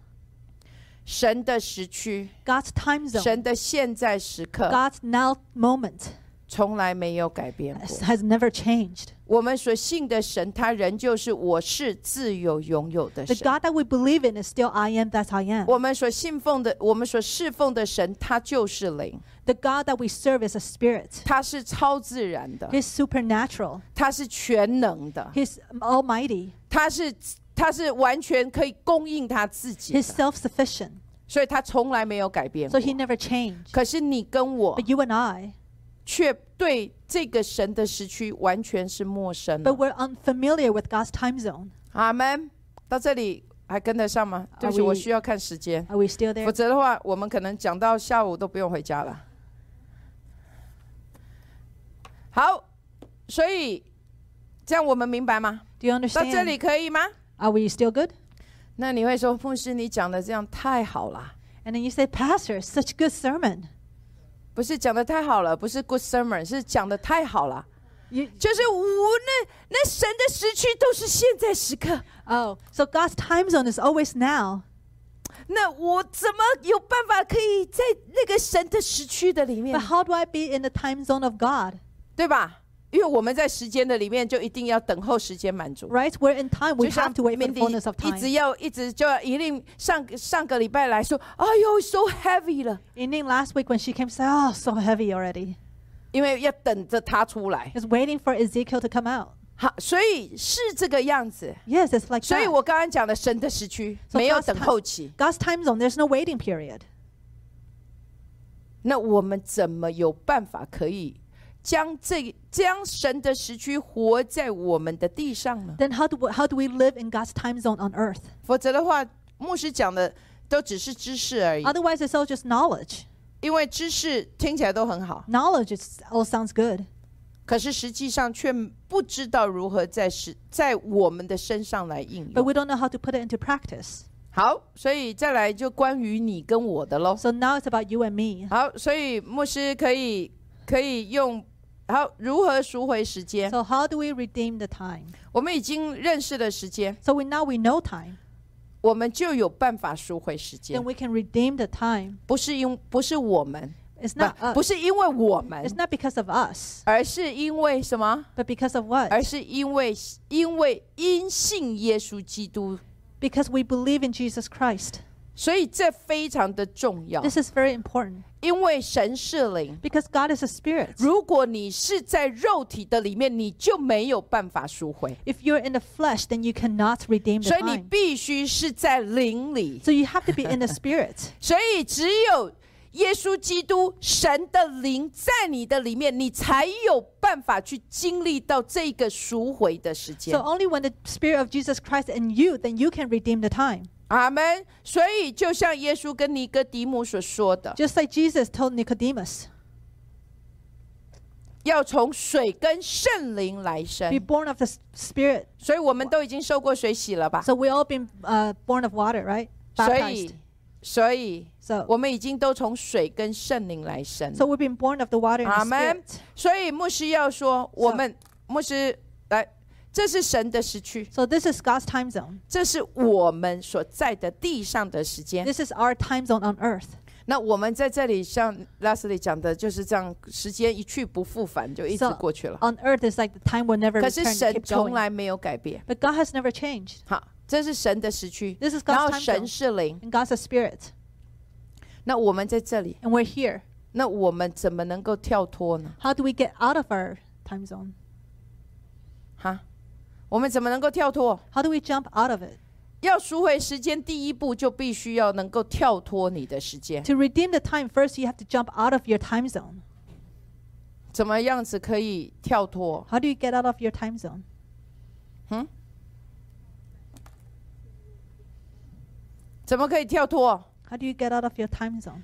B: 神的时区，
A: God's time zone,
B: 神的现在时刻，
A: God's now moment
B: 从来没有改变过
A: has-。has never changed.
B: 我们所信的神，他仍旧是我是自由拥有的
A: The
B: 神。
A: God that we believe in is still I am, that's I am.
B: 我们所信奉的，我们所侍奉的神，他就是灵，
A: The God that we serve is a spirit.
B: 他是超自然的，
A: He's supernatural.
B: 他是全能的，
A: He's almighty.
B: 他是他是完全可以供应他自己
A: He's
B: 的，
A: self sufficient.
B: 所以他从来没有改变
A: So
B: 过。
A: he never changed.
B: 可是你跟我
A: But you and I,
B: 却对这个神的时区完全是陌
A: but
B: 生的。
A: we're unfamiliar with God's time zone.
B: 阿门。到这里还跟得上吗？对不起，
A: Are we-
B: 我需要看时间。
A: Are we still
B: 否
A: there?
B: 则的话，我们可能讲到下午都不用回家了。好，所以这样我们明白吗？
A: Do you
B: 到这
A: understand?
B: 里可以吗？
A: Are we still good?
B: 那你会说，牧师，你讲的这样太好了，
A: And then you say, Pastor, such good sermon.
B: 不是讲的太好了，不是 good sermon，是讲的太好了，
A: You,
B: 就是无那那神的时区都是现在时刻，
A: oh, so God's time zone is always now.
B: 那我怎么有办法可以在那个神的时区的里面
A: But，how do I be in the time zone of God?
B: 对吧？因为我们在时间的里面就一定要等候时间满足。
A: Right? We're in time. We
B: 就像
A: have to wait for the e
B: Mindy
A: fullness of
B: 一
A: time.
B: 直要一直就要一定上上个礼拜来说，哎呦，so heavy 了，
A: And then last week when she came, she said, "Oh, so heavy already."
B: 因为要等着他出来。
A: It's waiting for Ezekiel to come out.
B: 好，所以是这个样子。
A: Yes, it's like
B: 所以
A: that.
B: 我刚刚讲的神的时区
A: So
B: 没有
A: just
B: 等
A: time-
B: 候期，
A: God's time zone. There's no waiting period.
B: 那我们怎么有办法可以将这将神的时区活在我们的地上呢？
A: Then how do we, how do we live in God's time zone on earth?
B: 否则的话，牧师讲的都只是知识而已，
A: Otherwise, it's all just knowledge.
B: 因为知识听起来都很好，
A: Knowledge is, all sounds good,
B: 可是实际上却不知道如何在实在我们的身上来应
A: but
B: 用。
A: we don't know how to put it into practice.
B: 好，所以再来就关于你跟我的喽。
A: So now it's about you and me.
B: 好，所以牧师可以可以用好如何赎回时间？
A: So how do we redeem the time?
B: 我们已经认识了时间，
A: So we now we know time,
B: 我们就有办法赎回时间
A: then。we can redeem the time.
B: 不是因不是我们，
A: It's not
B: 不
A: us.
B: 不是因为我们
A: It's，not because of us,
B: 而是因为什么？
A: but because of what?
B: 而是因为因为因信耶稣基督，
A: Because we believe in Jesus Christ.
B: 所以这非常的重要。
A: This is very important
B: 因为神是灵，
A: because God is a spirit.
B: 如果你是在肉体的里面，你就没有办法赎回，
A: If you're in the flesh, then you cannot redeem the
B: 所以你
A: time.
B: 必须是在灵里。
A: So you have to be in the spirit.
B: 所以只有耶稣基督神的灵在你的里面，你才有办法去经历到这个赎回的时间
A: So。only when the spirit of Jesus Christ in you, then you can redeem the time.
B: 阿门。所以就像耶稣跟尼哥底母所说的，
A: Just like Jesus told Nicodemus,
B: 要从水跟圣灵来
A: be
B: 生。
A: born of the s- spirit.
B: 所以我们都已经受过水洗了吧？
A: So we all been uh, born of water, right?
B: 所以
A: Baptized.，
B: 所以
A: So,
B: 我们已经都从水跟圣灵来生。
A: so we've been born of the water and the
B: Amen.
A: spirit.
B: 所以牧师要说，我们牧师来，这是神的时区，
A: So this is God's time zone.
B: 这是我们所在的地上的时间。
A: This is our time zone on earth.
B: 那我们在这里像拉斯里讲的，就是这样，时间一去不复返，就一直
A: So-
B: 过去了。
A: On earth is like the time will never
B: 可是
A: return. it
B: 神
A: keeps
B: 从
A: going.
B: 来没有改变。
A: But God has never changed.
B: 好，这是神的时区，
A: This is
B: 然
A: God's
B: 后
A: time
B: 神
A: zone.
B: 是灵。
A: And God's a spirit.
B: 那我们在这里，
A: And we're here.
B: 那我们怎么能够跳脱呢？
A: How do we get out of our time zone?
B: 哈，我们怎么能够跳脱？
A: How do we jump out of it?
B: 要赎回时间，第一步就必须要能够跳脱你的时间。
A: To redeem the time, first you have to jump out of your time zone.
B: 怎么样子可以跳脱？
A: How do you get out of your time zone?
B: 怎么可以跳脱？
A: How do you get out of your time zone?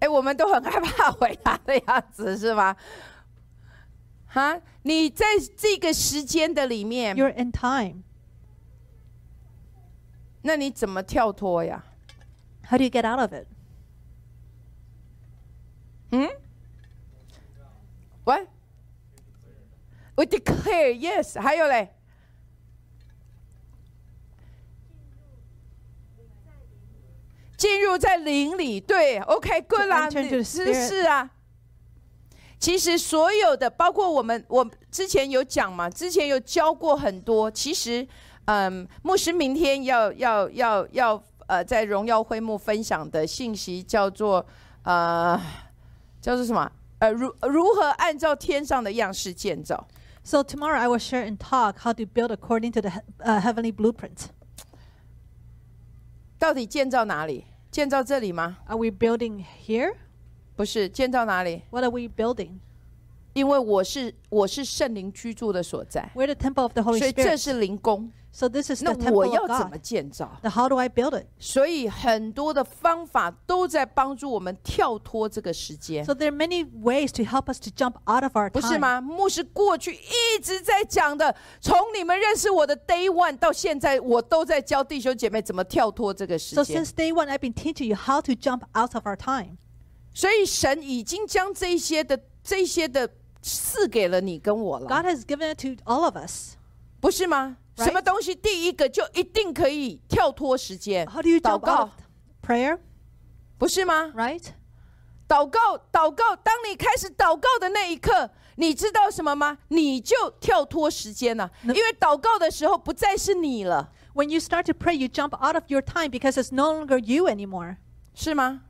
B: 哎，我们都很害怕回答的样子，是吧？哈，你在这个时间的里面，
A: You're in time.
B: 那你怎么跳脱呀？
A: How do you get out of it?
B: 嗯？What? We declare yes。还有嘞，进入在灵里，对，OK，good、啦，
A: To enter into the
B: 你是
A: spirit
B: 是啊。其实所有的，包括我们，我之前有讲嘛，之前有教过很多。其实，嗯，牧师明天要要要要呃，在荣耀会幕分享的信息叫做呃，叫做什么？呃，如如何按照天上的样式建造？
A: So tomorrow I will share and talk how to build according to the he- uh, heavenly blueprint.
B: 到底建造哪里？建造这里吗？
A: Are we building here?
B: 不是，建造哪里？
A: What are we building?
B: 因为我是我是圣灵居住的所在，
A: We're the temple of the
B: 所
A: Holy
B: 以这
A: Spirit.
B: 是灵宫。
A: So this is
B: 那
A: the
B: 我
A: temple
B: 要
A: of
B: 怎么
A: God.
B: 建造？
A: Now how do I build it?
B: 所以很多的方法都在帮助我们跳脱这个时间
A: So，there are many ways to help us to jump out of our
B: 不是
A: time.
B: 吗？牧师过去一直在讲的，从你们认识我的 day one 到现在，我都在教弟兄姐妹怎么跳脱这个时
A: So
B: 间。
A: since day one, I've been teaching you how to jump out of our time.
B: 所以神已经将这些的这些的赐给了你跟我了，
A: God has given it to all of us.
B: 不是吗？什么
A: right?
B: 东西第一个就一定可以跳脱时间，
A: How do you
B: 祷
A: jump out
B: 告
A: of prayer,
B: 不是吗？
A: right?
B: 祷告，祷告。当你开始祷告的那一刻，你知道什么吗？你就跳脱时间了、因
A: 那
B: 为祷告的时候不再是你了，
A: When you start to pray, you jump out of your time because it's no longer you anymore.
B: 是吗？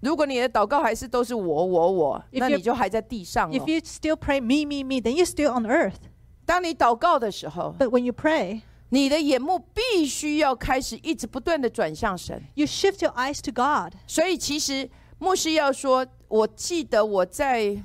B: 如果你的祷告还是都是我我我，
A: If
B: 那你
A: you-
B: 就还在地上
A: If
B: 了。
A: you still pray me, me, me, then you're still on earth.
B: 当你祷告的时候，
A: But when you pray,
B: 你的眼目必须要开始一直不断的转向神。
A: you shift your eyes to God.
B: 所以其实牧师要说，我记得我在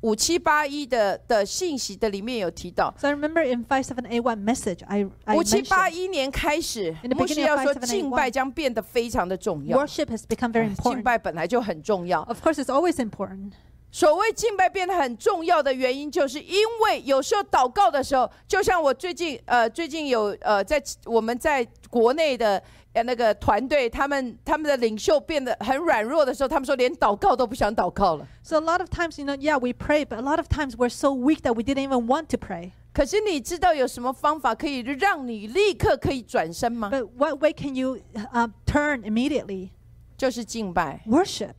B: 五七八一的的信息的里面有提到，
A: So I remember in 5781 message, I, I
B: 五七
A: mentioned
B: 八一年开始，
A: In the
B: 牧师
A: beginning
B: 要
A: of
B: 说
A: 5781
B: 敬拜将变得非常的重要。哎
A: worship has become very
B: 敬
A: important.
B: 拜本来就很重要。
A: Of course, it's always important.
B: 所谓敬拜变得很重要的原因，就是因为有时候祷告的时候，就像我最近呃最近有呃在我们在国内的呃那个团队，他们他们的领袖变得很软弱的时候，他们说连祷告都不想祷告了。
A: So a lot of times, you know, yeah, we pray, but a lot of times we're so weak that we didn't even want to pray.
B: 可是你知道有什么方法可以让你立刻可以转身吗？
A: But what way can you uh, turn immediately?
B: 就是敬拜，
A: Worship.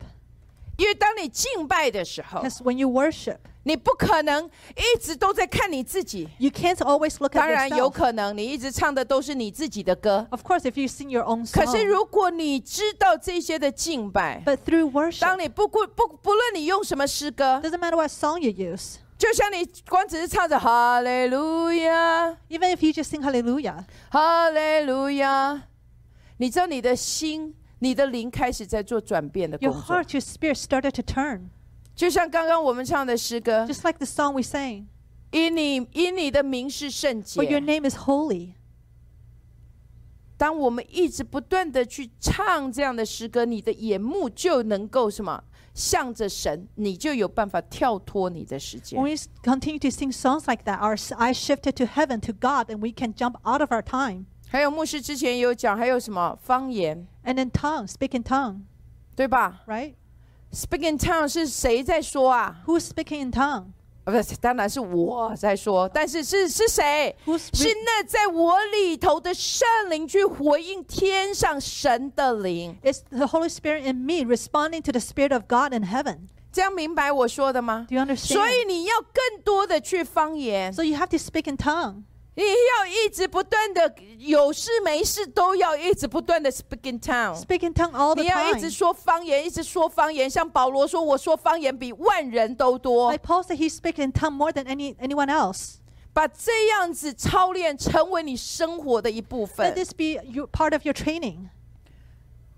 B: 因为当你敬拜的时候，
A: Because when you worship,
B: 你不可能一直都在看你自己。
A: you can't always look
B: 当然
A: at
B: 有
A: yourself.
B: 可能你一直唱的都是你自己的歌，
A: Of course, if you sing your own
B: 可是
A: song,
B: 如果你知道这些的敬拜，
A: but through
B: 当
A: worship,
B: 你不顾不不论你用什么诗歌，
A: doesn't matter what song you use.
B: 就像你光只是唱着哈利路亚，
A: Even if you just sing Hallelujah,
B: 哈利路亚，你知道你的心、你的灵开始在做转变的
A: your
B: 工作。
A: heart, your spirit started to turn,
B: 就像刚刚我们唱的诗歌，
A: just like the song we sang.
B: 因你因你的名是圣
A: For your
B: 洁。
A: name is holy.
B: 当我们一直不断的去唱这样的诗歌，你的眼目就能够什么？向着神，你就有办法跳脱你的时间
A: When。we s- continue to sing songs like that, our s- eyes shifted to heaven, to God, and we can jump out of our time.
B: 还有牧师之前也有讲，还有什么方言，
A: And in tongue, speak in tongue,
B: 对吧
A: right?
B: ？Speak in tongue 是谁在说啊？
A: Who's speaking in tongue?
B: 啊，不是，当然是我在说，但是是是谁？
A: Who's
B: 是
A: re-
B: 那在我里头的圣灵去回应天上神的灵，
A: it's the Holy Spirit in me responding to the Spirit of God in heaven.
B: 这样明白我说的吗
A: Do？you understand?
B: 所以你要更多的去方言，
A: So you have to speak in tongue.
B: 你要一直不断的有事没事都要一直不断的 speak in tongue，
A: Speak in tongue all the
B: 你要一直
A: time.
B: 说方言，一直说方言。像保罗说：“我说方言比万人都多。
A: Like Paul said, he speaks in tongue more than any anyone else. ”
B: 把这样子操练成为你生活的一部
A: Let
B: 分，
A: this be your, part of your training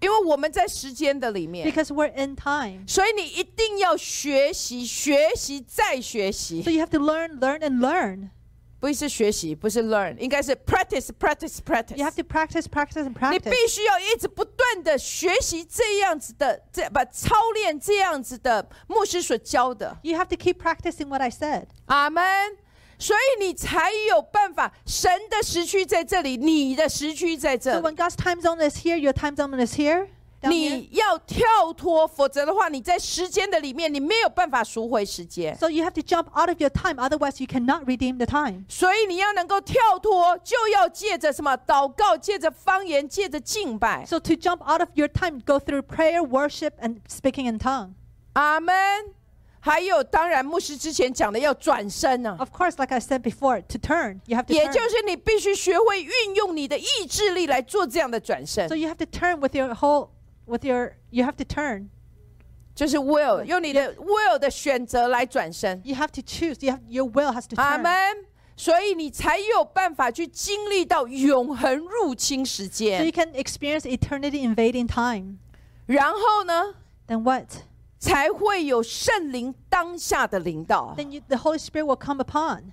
B: 因为我们在时间的里面，
A: because we're in time.
B: 所以你一定要学习，学习再学
A: So
B: 习，
A: you have to learn, learn, and learn.
B: 不是学习，不是 learn，应该是 practice，practice，practice
A: You have
B: practice。
A: to practice, practice, and
B: 你
A: practice.
B: 必须要一直不断的学习这样子的，这把操练这样子的牧师所教的，
A: You have to keep practicing what I said.
B: 阿门。所以你才有办法，神的时区在这里，你的时区在这
A: So
B: 里
A: when，God's time zone is here, your time zone is here. Down here.
B: 你要跳脱，否则的话，你在时间的里面，你没有办法赎回时间。
A: So you have to jump out of your time, otherwise you cannot redeem the time.
B: 所以你要能够跳脱，就要借着什么祷告，借着方言，借着敬拜。
A: So to jump out of your time, go through prayer, worship, and speaking in tongue.
B: 阿门。还有，当然，牧师之前讲的要转身啊呢、
A: Of course, like I said before, to turn, you have to
B: 也
A: turn.
B: 就是你必须学会运用你的意志力来做这样的转身
A: So，you have to turn with your whole, with your, you have to turn.
B: 就是 will 用你的 will 的选择来转身。
A: You have to choose. You have, your will has to
B: 阿
A: turn.
B: 门。所以你才有办法去经历到永恒入侵时
A: So
B: 间
A: you，can experience eternity invading time.
B: 然后呢，
A: Then what?
B: 才会有圣灵当下的领导，
A: Then you, the Holy Spirit will come upon.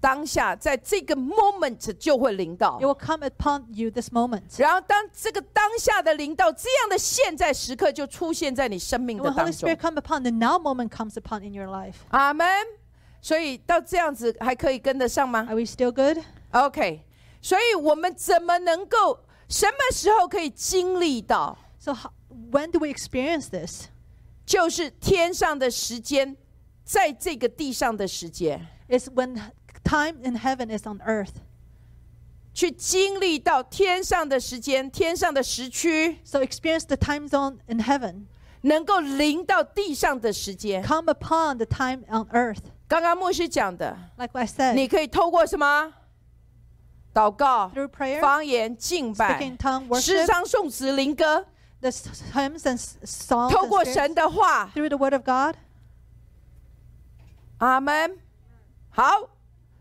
B: 当下在这个 moment 就会领导
A: It。will come upon you this moment.
B: 然后当这个当下的领导，这样的现在时刻就出现在你生命
A: And
B: 的
A: when
B: 当
A: Holy
B: 中
A: Spirit。come upon, the now moment comes upon in your life.
B: 阿门。所以到这样子还可以跟得上吗
A: Are we still good?
B: ？OK。所以我们怎么能够什么时候可以经历到？
A: So how, when do we experience this?
B: 就是天上的时间，在这个地上的时间。
A: It's when time in heaven is on earth.
B: 去经历到天上的时间、天上的时区，
A: So experience the time zone in heaven.
B: 能够临到地上的时间。
A: Come upon the time on earth.
B: 刚刚牧师讲的，
A: Like what I said,
B: 你可以透过什么？祷告、
A: through prayer,
B: 方言、敬
A: speaking
B: 拜、
A: tongue,
B: 诗
A: worship,
B: 章、颂词、灵歌，
A: the s- hymns and s- songs,
B: 透
A: and
B: 过
A: spirits,
B: 神的话，
A: through the word of God.
B: 阿门。好，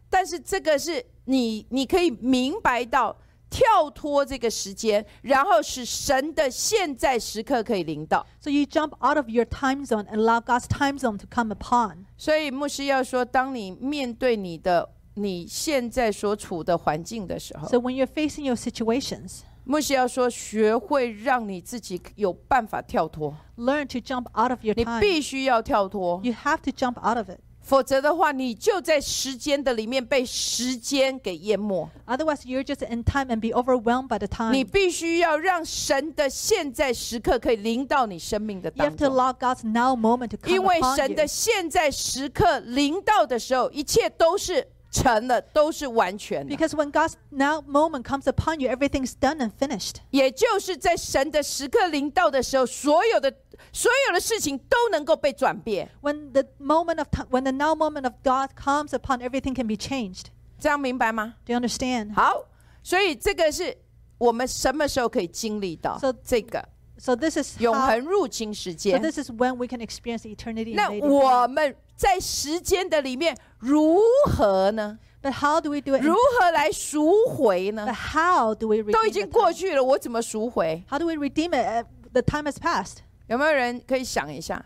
B: 但是这个是你，你可以明白到跳脱这个时间，然后使神的现在时刻可以领导。
A: So you jump out of your time zone and allow God's time zone to come upon.
B: 所以牧师要说，当你面对你的你现在所处的环境的时候，
A: So when you're facing your situations,
B: 牧师要说，学会让你自己有办法跳脱，
A: learn to jump out of your
B: 你
A: time.
B: 必须要跳脱，
A: You have to jump out of it.
B: 否则的话，你就在时间的里面被时间给淹没。
A: Otherwise, you're just in time and be overwhelmed by the time.
B: 你必须要让神的现在时刻可以临到你生命的
A: You
B: 当
A: have to
B: 中，
A: allow God's now moment to
B: 因
A: come
B: 为
A: upon
B: 神
A: you.
B: 的现在时刻临到的时候，一切都是成了，都是完全的。
A: Because when God's now moment comes upon you, everything's done and finished.
B: 也就是在神的时刻临到的时候，所有的所有的事情都能够被转变。
A: When the moment of time, when the now moment of God comes upon, everything can be changed.
B: 这样明白吗？
A: Do you understand?
B: 好，所以这个是我们什么时候可以经历到
A: So-
B: 这个
A: So this is
B: 永
A: how,
B: 恒入侵时
A: so
B: 间？
A: this is when we can experience eternity. in
B: 那
A: waiting.
B: 我们在时间的里面如何呢？
A: But how do we do it? in-
B: 如何来赎回
A: but
B: 呢？
A: how do we redeem
B: 都已经
A: the
B: 过
A: time?
B: 去了，我怎么赎回？
A: How do we redeem it? Uh, The time has passed.
B: 有没有人可以想一下？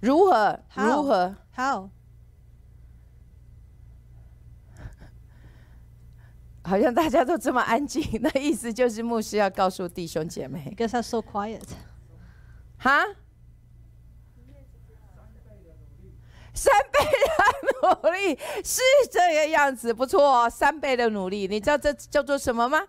B: 如何？
A: How？
B: 如何？
A: How?
B: 好像大家都这么安静，那意思就是牧师要告诉弟兄姐妹
A: Because I'm so quiet.
B: 哈，三倍的努力 是这个样子，不错哦，三倍的努力，你知道这 叫做什么吗？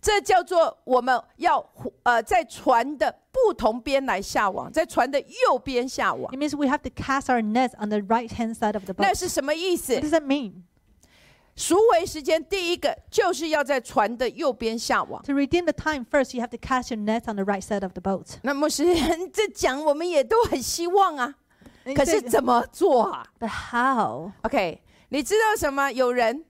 B: 这叫做我们要呃在船的不同边来下网，在船的右边下网，
A: It means we have to cast our nets on the right hand side of the
B: 那
A: boat.
B: 是什么意思
A: What？does that mean?
B: 赎回时间第一个就是要在船的右边下网。
A: To redeem the time, first you have to cast your nets on the right side of the boat.
B: 那牧师 这讲，我们也都很希望啊，
A: And
B: 可
A: you
B: 是
A: say,
B: 怎么做啊
A: but how?
B: ？OK，你知道什么？有人，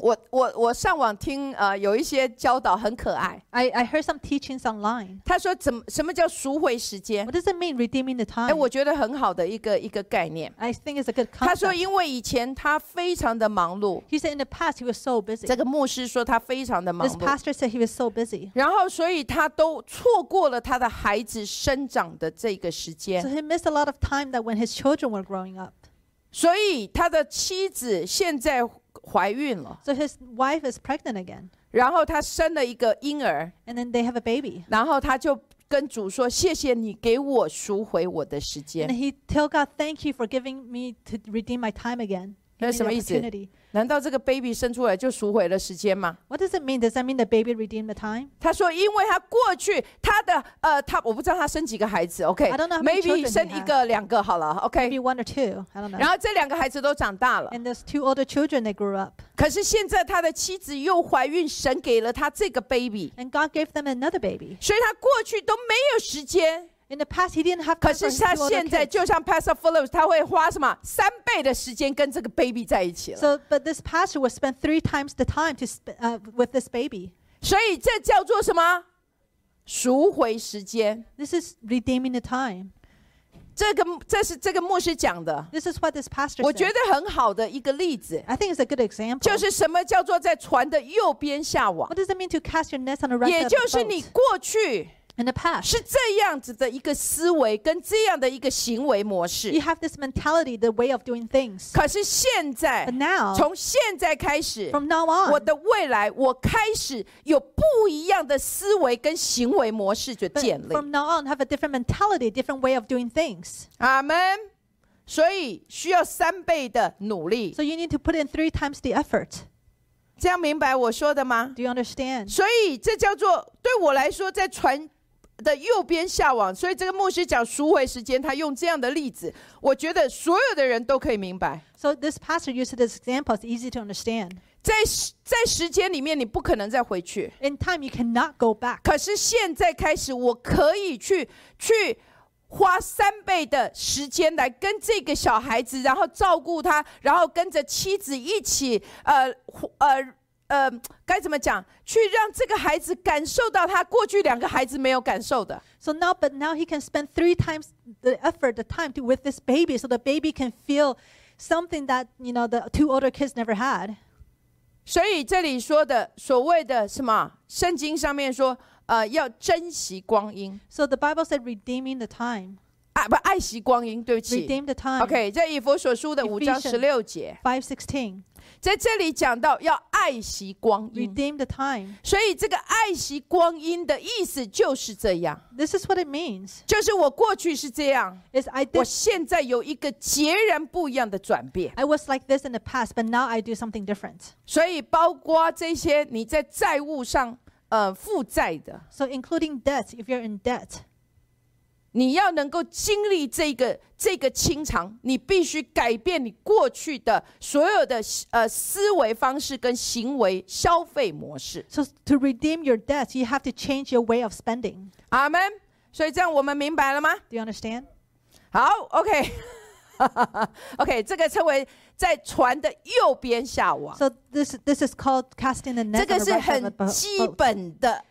B: 我我我上网听呃有一些教导很可爱，
A: I, I heard some teachings online.
B: 他说怎么什么叫赎回时间？
A: What does it mean redeeming the
B: 哎、
A: time?
B: 我觉得很好的一个一个概念。
A: I think it's a good
B: 他说，
A: concept.
B: 因为以前他非常的忙碌，
A: He said in the past he was so busy.
B: 这个牧师说他非常的忙
A: This
B: 碌，
A: pastor said he was so busy.
B: 然后所以他都错过了他的孩子生长的这个时
A: So
B: 间，
A: he missed a lot of time that when his children were growing up.
B: 所以他的妻子现在怀孕了，
A: So his wife is pregnant again.
B: 然后他生了一个婴儿。
A: And then they have a baby.
B: 然后他就跟主说：“谢谢你给我赎回我的时
A: And
B: 间。
A: he tell God, thank you for giving me to redeem my time again. Give
B: 那
A: me the
B: 是什么意思？
A: opportunity.
B: 难道这个 baby 生出来就赎回了时间吗
A: What does it mean? Does that mean the baby redeemed the time?
B: 他说：“因为他过去他的呃，他我不知道他生几个孩子
A: I don't know how many
B: ，OK，maybe、
A: children he
B: 生一个两个好了
A: Maybe
B: ，OK。
A: one or two. I don't know.
B: 然后这两个孩子都长大了，
A: And there's two older children that grew up.
B: 可是现在他的妻子又怀孕，神给了他这个 baby，
A: And God gave them another baby.
B: 所以他过去都没有时间。
A: In the past, he didn't have
B: 可
A: time for his
B: 是他
A: two
B: 现
A: older
B: 在
A: kids.
B: 就像 Pastor Phillips，他会花什么三倍的时间跟这个 baby 在一起了。”
A: So, but this pastor would spend three times the time to sp- uh, with this baby.
B: 所以这叫做什么？赎回时间。
A: This is redeeming the time.
B: 这个这是这个牧师讲的，
A: This is what this pastor
B: 我觉
A: said.
B: 得很好的一个例子，
A: I think it's a good example.
B: 就是什么叫做在船的右边下网
A: What，does it mean to cast your nets on the right
B: 也
A: side
B: 就
A: of
B: 是
A: the
B: 你
A: boat?
B: 过去
A: In the past,
B: 是这样子的一个思维跟这样的一个行为模式
A: you，have this mentality, the way of doing things.
B: 可是现在
A: But now,
B: 从现在开始，
A: from now
B: 我
A: on,
B: 的未来我开始有不一样的思维跟行为模式的
A: but
B: 建立。
A: from now on, have a different mentality, different way of doing things.
B: 阿门。所以需要三倍的努力
A: So you need to put in three times the effort.
B: 这样明白我说的吗？
A: Do you understand?
B: 所以这叫做对我来说，在船的右边下往。所以这个牧师讲赎回时间，他用这样的例子，我觉得所有的人都可以明白，
A: So this pastor used this example. It's easy to understand.
B: 在时在时间里面你不可能再回去，
A: In time, you cannot go back.
B: 可是现在开始，我可以去去。花三倍的时间来跟这个小孩子，然后照顾他，然后跟着妻子一起，呃，呼呃，呃，该怎么讲？去让这个孩子感受到他过去两个孩子没有感受的。
A: So now, but now he can spend three times the effort, the time to, with this baby, so the baby can feel something that you know the two older kids never had.
B: 所以这里说的所谓的什么，圣经上面说，呃，要珍惜光阴
A: So the Bible said, redeeming the time,
B: 啊，不爱惜光阴，对不起。
A: redeem the time.
B: OK，在以佛所书的五章
A: Ephesians
B: 十六节，
A: Five sixteen,
B: 在这里讲到要爱惜光阴，
A: redeem the time.
B: 所以这个爱惜光阴的意思就是这样，
A: This is what it means.
B: 就是我过去是这样，
A: Is I did,
B: 我现在有一个截然不一样的转变。
A: I was like this in the past, but now I do something different.
B: 所以包括这些你在债务上呃负债的，
A: So including debt, if you're in debt,
B: 你要能够经历这个这个清偿，你必须改变你过去的所有的呃思维方式跟行为消费模式。
A: so to redeem your debt, you have to change your way of spending.
B: 阿门。所以这样我们明白了吗？
A: Do you understand?
B: 好，OK。OK，这个称为在船的右边下网，
A: So this this is called casting the
B: 这
A: net.
B: 个
A: on the
B: 是
A: right side of
B: 很
A: the bo-
B: 基
A: boat.
B: 本的。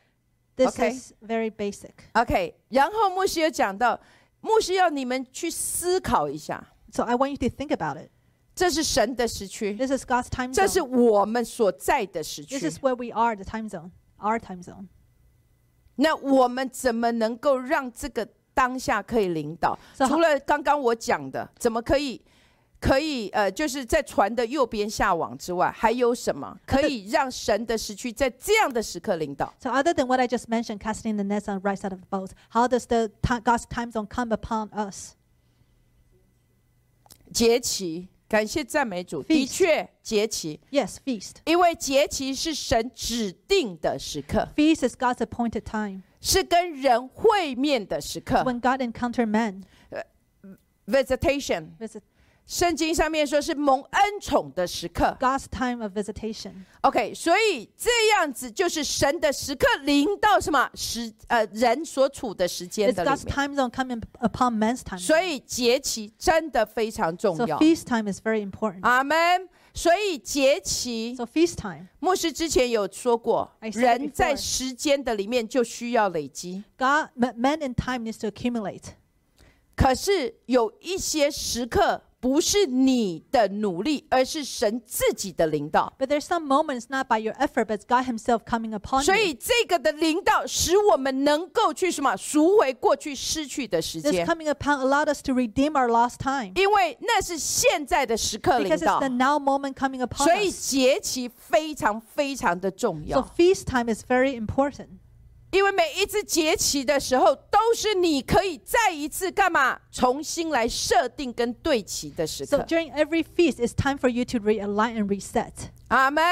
A: This
B: okay.
A: is very basic.
B: OK，然后牧师有讲到，牧师要你们去思考一下，
A: So I want you to think about it.
B: 这是神的时区，
A: This is God's time
B: 这是
A: zone.
B: 我们所在的时
A: This
B: 区。
A: is where we are, the time zone, our time zone.
B: 那我们怎么能够让这个当下可以领导？
A: So-
B: 除了刚刚我讲的，怎么可以可以呃，就是在船的右边下网之外，还有什么可以让神的时区在这样的时刻领导？
A: So other than what I just mentioned, casting the nets on the right side of the boat, how does the ti- God's time zone come upon us?
B: 节期，感谢赞美主，的
A: Feast
B: 确节期，
A: Yes, feast.
B: 因为节期是神指定的时刻，
A: Feast is God's appointed time
B: 是跟人会面的时刻。
A: when God encountered men.
B: Visitation，
A: Visit-
B: 圣经上面说是蒙恩宠的时刻。
A: God's time of visitation.
B: OK，所以这样子就是神的时刻临到什么时呃人所处的时间
A: It's
B: 的里
A: God's
B: 面，
A: time zone coming upon men's time.
B: 所以节期真的非常重
A: So
B: 要。
A: feast time is very important.
B: 阿门。所以节期，
A: So feast time,
B: 牧师之前有说过，
A: I said
B: 人在
A: before
B: 时间的里面就需要累积，
A: God, m- men in time needs to accumulate.
B: 可是有一些时刻不是你的努力，而是神自己的领导。
A: But there's some moments not by your effort, but it's God Himself coming upon
B: 所
A: you.
B: 以这个的领导使我们能够去什么赎回过去失去的时
A: This
B: 间。
A: coming upon allowed us to redeem our lost time
B: 因为那是现在的时刻领
A: because it's
B: 导
A: the，now moment coming upon
B: 所以
A: us.
B: 节期非常非常的重
A: So
B: 要。
A: feast time is very important
B: 因为每一次节期的时候，都是你可以再一次干嘛，重新来设定跟对齐的时
A: So
B: 刻。
A: during every feast, it's time for you to realign and reset.
B: 阿门。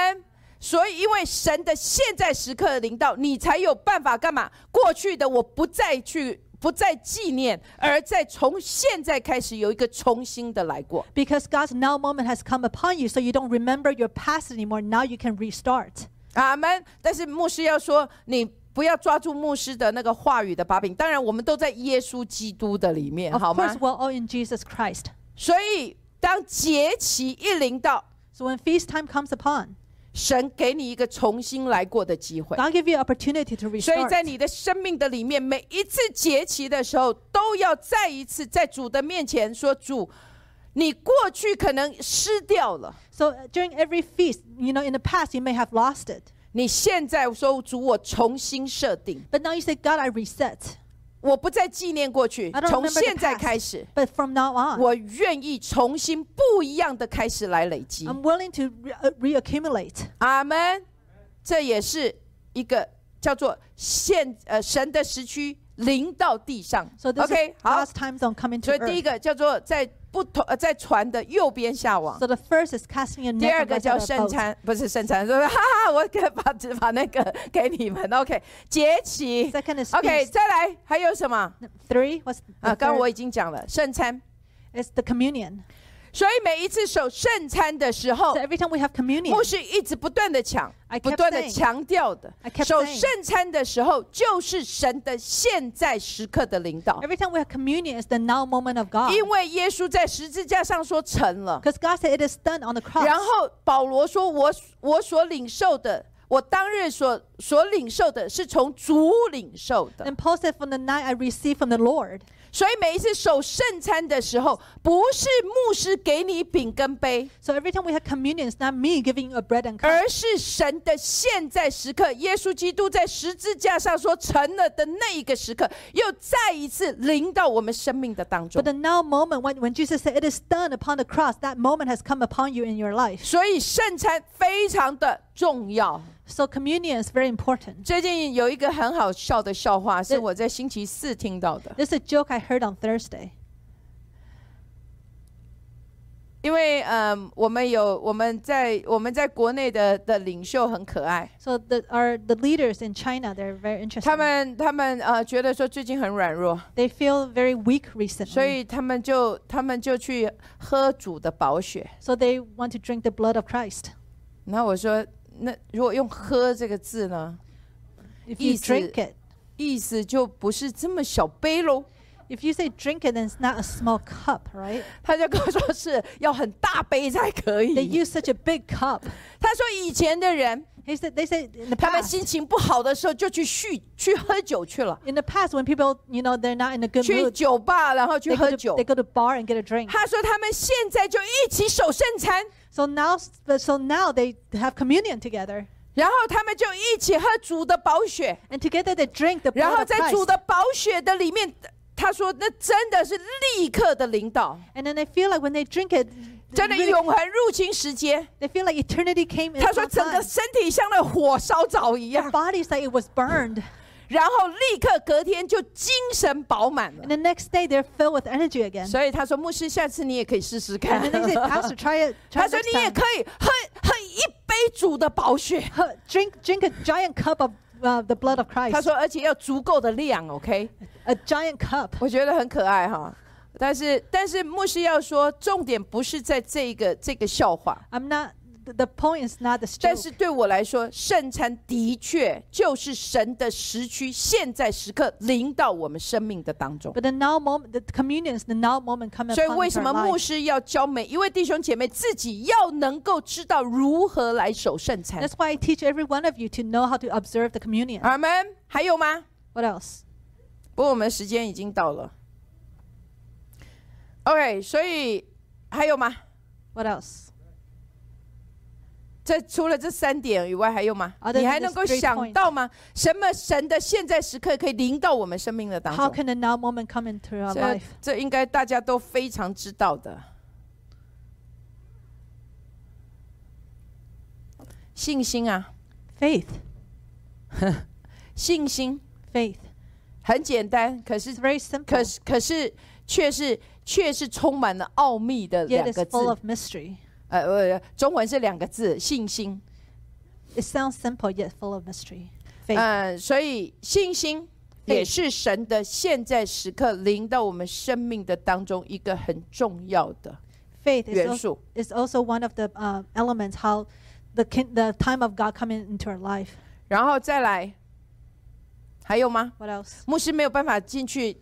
B: 所以，因为神的现在时刻领导，你才有办法干嘛？过去的我不再去，不再纪念，而在从现在开始有一个重新的来过。
A: Because God's now moment has come upon you, so you don't remember your past anymore. Now you can restart.
B: 阿门。但是牧师要说，你不要抓住牧师的那个话语的把柄。当然，我们都在耶稣基督的里面，
A: Of
B: 好
A: course,
B: 吗？
A: we're all in Jesus Christ.
B: 所以，当节期一临到，
A: So when feast time comes upon,
B: 神给你一个重新来过的机会。
A: God give you opportunity to
B: 所以
A: restart.
B: 在你的生命的里面，每一次节期的时候，都要再一次在主的面前说：“主，你过去可能失掉了，
A: So uh, during every feast, you know, in the past you may have lost it,
B: 你现在说主，我重新设定，
A: but now you say, God, I reset.
B: 我不再纪念过去
A: I，don't
B: 从
A: remember the
B: 现在
A: past,
B: 开始。”
A: but from now on,
B: 我愿意重新不一样的开始来累积。
A: I'm willing to re- uh, reaccumulate.
B: 阿门。这也是一个叫做现呃神的时区临到地上。
A: So this
B: OK，
A: is
B: 好
A: God's。time zone coming
B: 所以
A: to
B: 第一
A: earth.
B: 个叫做在不同呃在船的右边下网。
A: So the first is casting a
B: 第
A: net
B: 二
A: on the right
B: 个
A: side
B: 叫
A: of
B: 圣
A: the boat.
B: 餐，不是圣餐，说哈哈，我给把只把那个给你们，OK，节期
A: Second is
B: ，OK，
A: feast.
B: 再来还有什么
A: Three was the
B: 啊？刚刚
A: third
B: 我已经讲了圣餐，
A: is the communion.
B: 所以每一次守圣餐的时候
A: So，every time we have communion,
B: 牧师一直不断的讲，
A: I
B: 不
A: kept
B: 断的
A: saying
B: 强调的
A: I，kept
B: 守
A: saying
B: 圣餐的时候就是神的现在时刻的领导，
A: every time we have communion is the now moment of God.
B: 因为耶稣在十字架上说成了。
A: Because God said it is done on the cross.
B: 然后保罗说：“我我所领受的，我当日所所领受的是从主领受的。
A: and Paul said, From the night I received from the Lord.
B: 所以每一次守圣餐的时候，不是牧师给你饼跟杯，
A: So every time we have communion, it's not me giving you a bread and cup.
B: 而是神的现在时刻，耶稣基督在十字架上说成了的那一个时刻，又再一次临到我们生命的当中
A: But。the now moment, when, when Jesus said, It is done upon the cross, that moment has come upon you in your life.
B: 所以圣餐非常的重要。”
A: So communion is very important.
B: 最近有一个很好笑的笑话，是
A: 对
B: 我在星期四听到的。
A: This is a joke I heard on Thursday.
B: 因为嗯，我们有我们在我们在国内的的领袖很可爱，
A: So the, our, the leaders in China, they're very
B: 他
A: interesting.
B: 们他们呃觉得说最近很软弱，
A: They feel very weak
B: 所
A: recently.
B: 以他们就他们就去喝主的宝血。
A: So they want to drink the blood of Christ.
B: 然后我说，那如果用“喝”这个字呢，
A: If you
B: 意思-
A: drink it,
B: 意思就不是这么小杯喽。
A: if you say drink it, then it's not a small cup, right?
B: 他就跟我说是要很大杯才可
A: They
B: 以。
A: use such a big cup.
B: 他说以前的人，
A: He said, they said in the
B: 他们
A: past,
B: 心情不好的时候就去酗去喝酒去了，
A: in the past when people, you know, they're not in a good
B: 去
A: mood,
B: 酒吧然后去
A: they
B: 喝
A: go, to,
B: 酒
A: they。go to bar and get a drink.
B: 他说他们现在就一起守圣餐，
A: So now, so now they have communion together,
B: 然后他们就一起喝主的宝血，
A: and together they drink the
B: 然后
A: blood of
B: 在主
A: Christ.
B: 的宝血的里面，他说那真的是立刻的领导，
A: And then they feel like when they drink it,
B: 真
A: they,
B: 的
A: really-
B: 永恒入侵时间。
A: they feel like eternity came in.
B: 他说
A: upon
B: 整个
A: time.
B: 身体像那火烧着 一
A: Their
B: 样，
A: bodies like it was burned,
B: 然后立刻隔天就精神饱满 了
A: and。the next day they're filled with energy again.
B: 所以他说牧师，下次你也可以试试看
A: and。then they say, Pastor, try it.
B: 他
A: Try
B: 说
A: next
B: 你也
A: time.
B: 可以喝喝一杯主的宝血。
A: Huh, Drink, drink a giant cup of uh, the blood of
B: 他
A: Christ.
B: 说而且要足够的量，OK。
A: A giant cup.
B: 我觉得很可爱哈。但是，但是牧师要说，重点不是在这个这个笑话，
A: I'm not. th- The point is not the
B: 但
A: joke.
B: 是对我来说，圣餐的确就是神的时区，现在时刻临到我们生命的当中。
A: But the now moment, the communion is the now moment coming
B: 所以，
A: upon
B: 为什
A: our
B: 么牧
A: life.
B: 师要教每一位弟兄姐妹自己要能够知道如何来守圣餐？
A: That's why I teach every one of you to know how to observe the communion.
B: 阿门。还有吗？
A: What else?
B: 不过我们时间已经到了。OK，所以还有吗？
A: What else?
B: 这除了这三点以外，还有吗
A: Other？than
B: 你还能够
A: these three
B: 想到吗？什么神的现在时刻可以临到我们生命的当
A: How
B: 中？
A: can the now moment come into our
B: 这
A: life?
B: 这应该大家都非常知道的。信心啊，
A: Faith,
B: 信心
A: faith.
B: 很简单，可是
A: It's very simple.
B: 可是可是却是却是充满了奥秘的
A: Yet
B: 两
A: it's
B: 个
A: full
B: 字。
A: of mystery.
B: 呃呃，中文是两个字，信心。
A: It sounds simple, yet full of mystery. Faith.
B: 嗯，所以信心也是神的现在时刻临到我们生命的当中一个很重要的
A: faith is
B: 元
A: also,
B: 素。
A: is also one of the uh, elements how the kin- the time of God coming into our life.
B: 然后再来，还有吗？
A: What else?
B: 牧师没有办法进去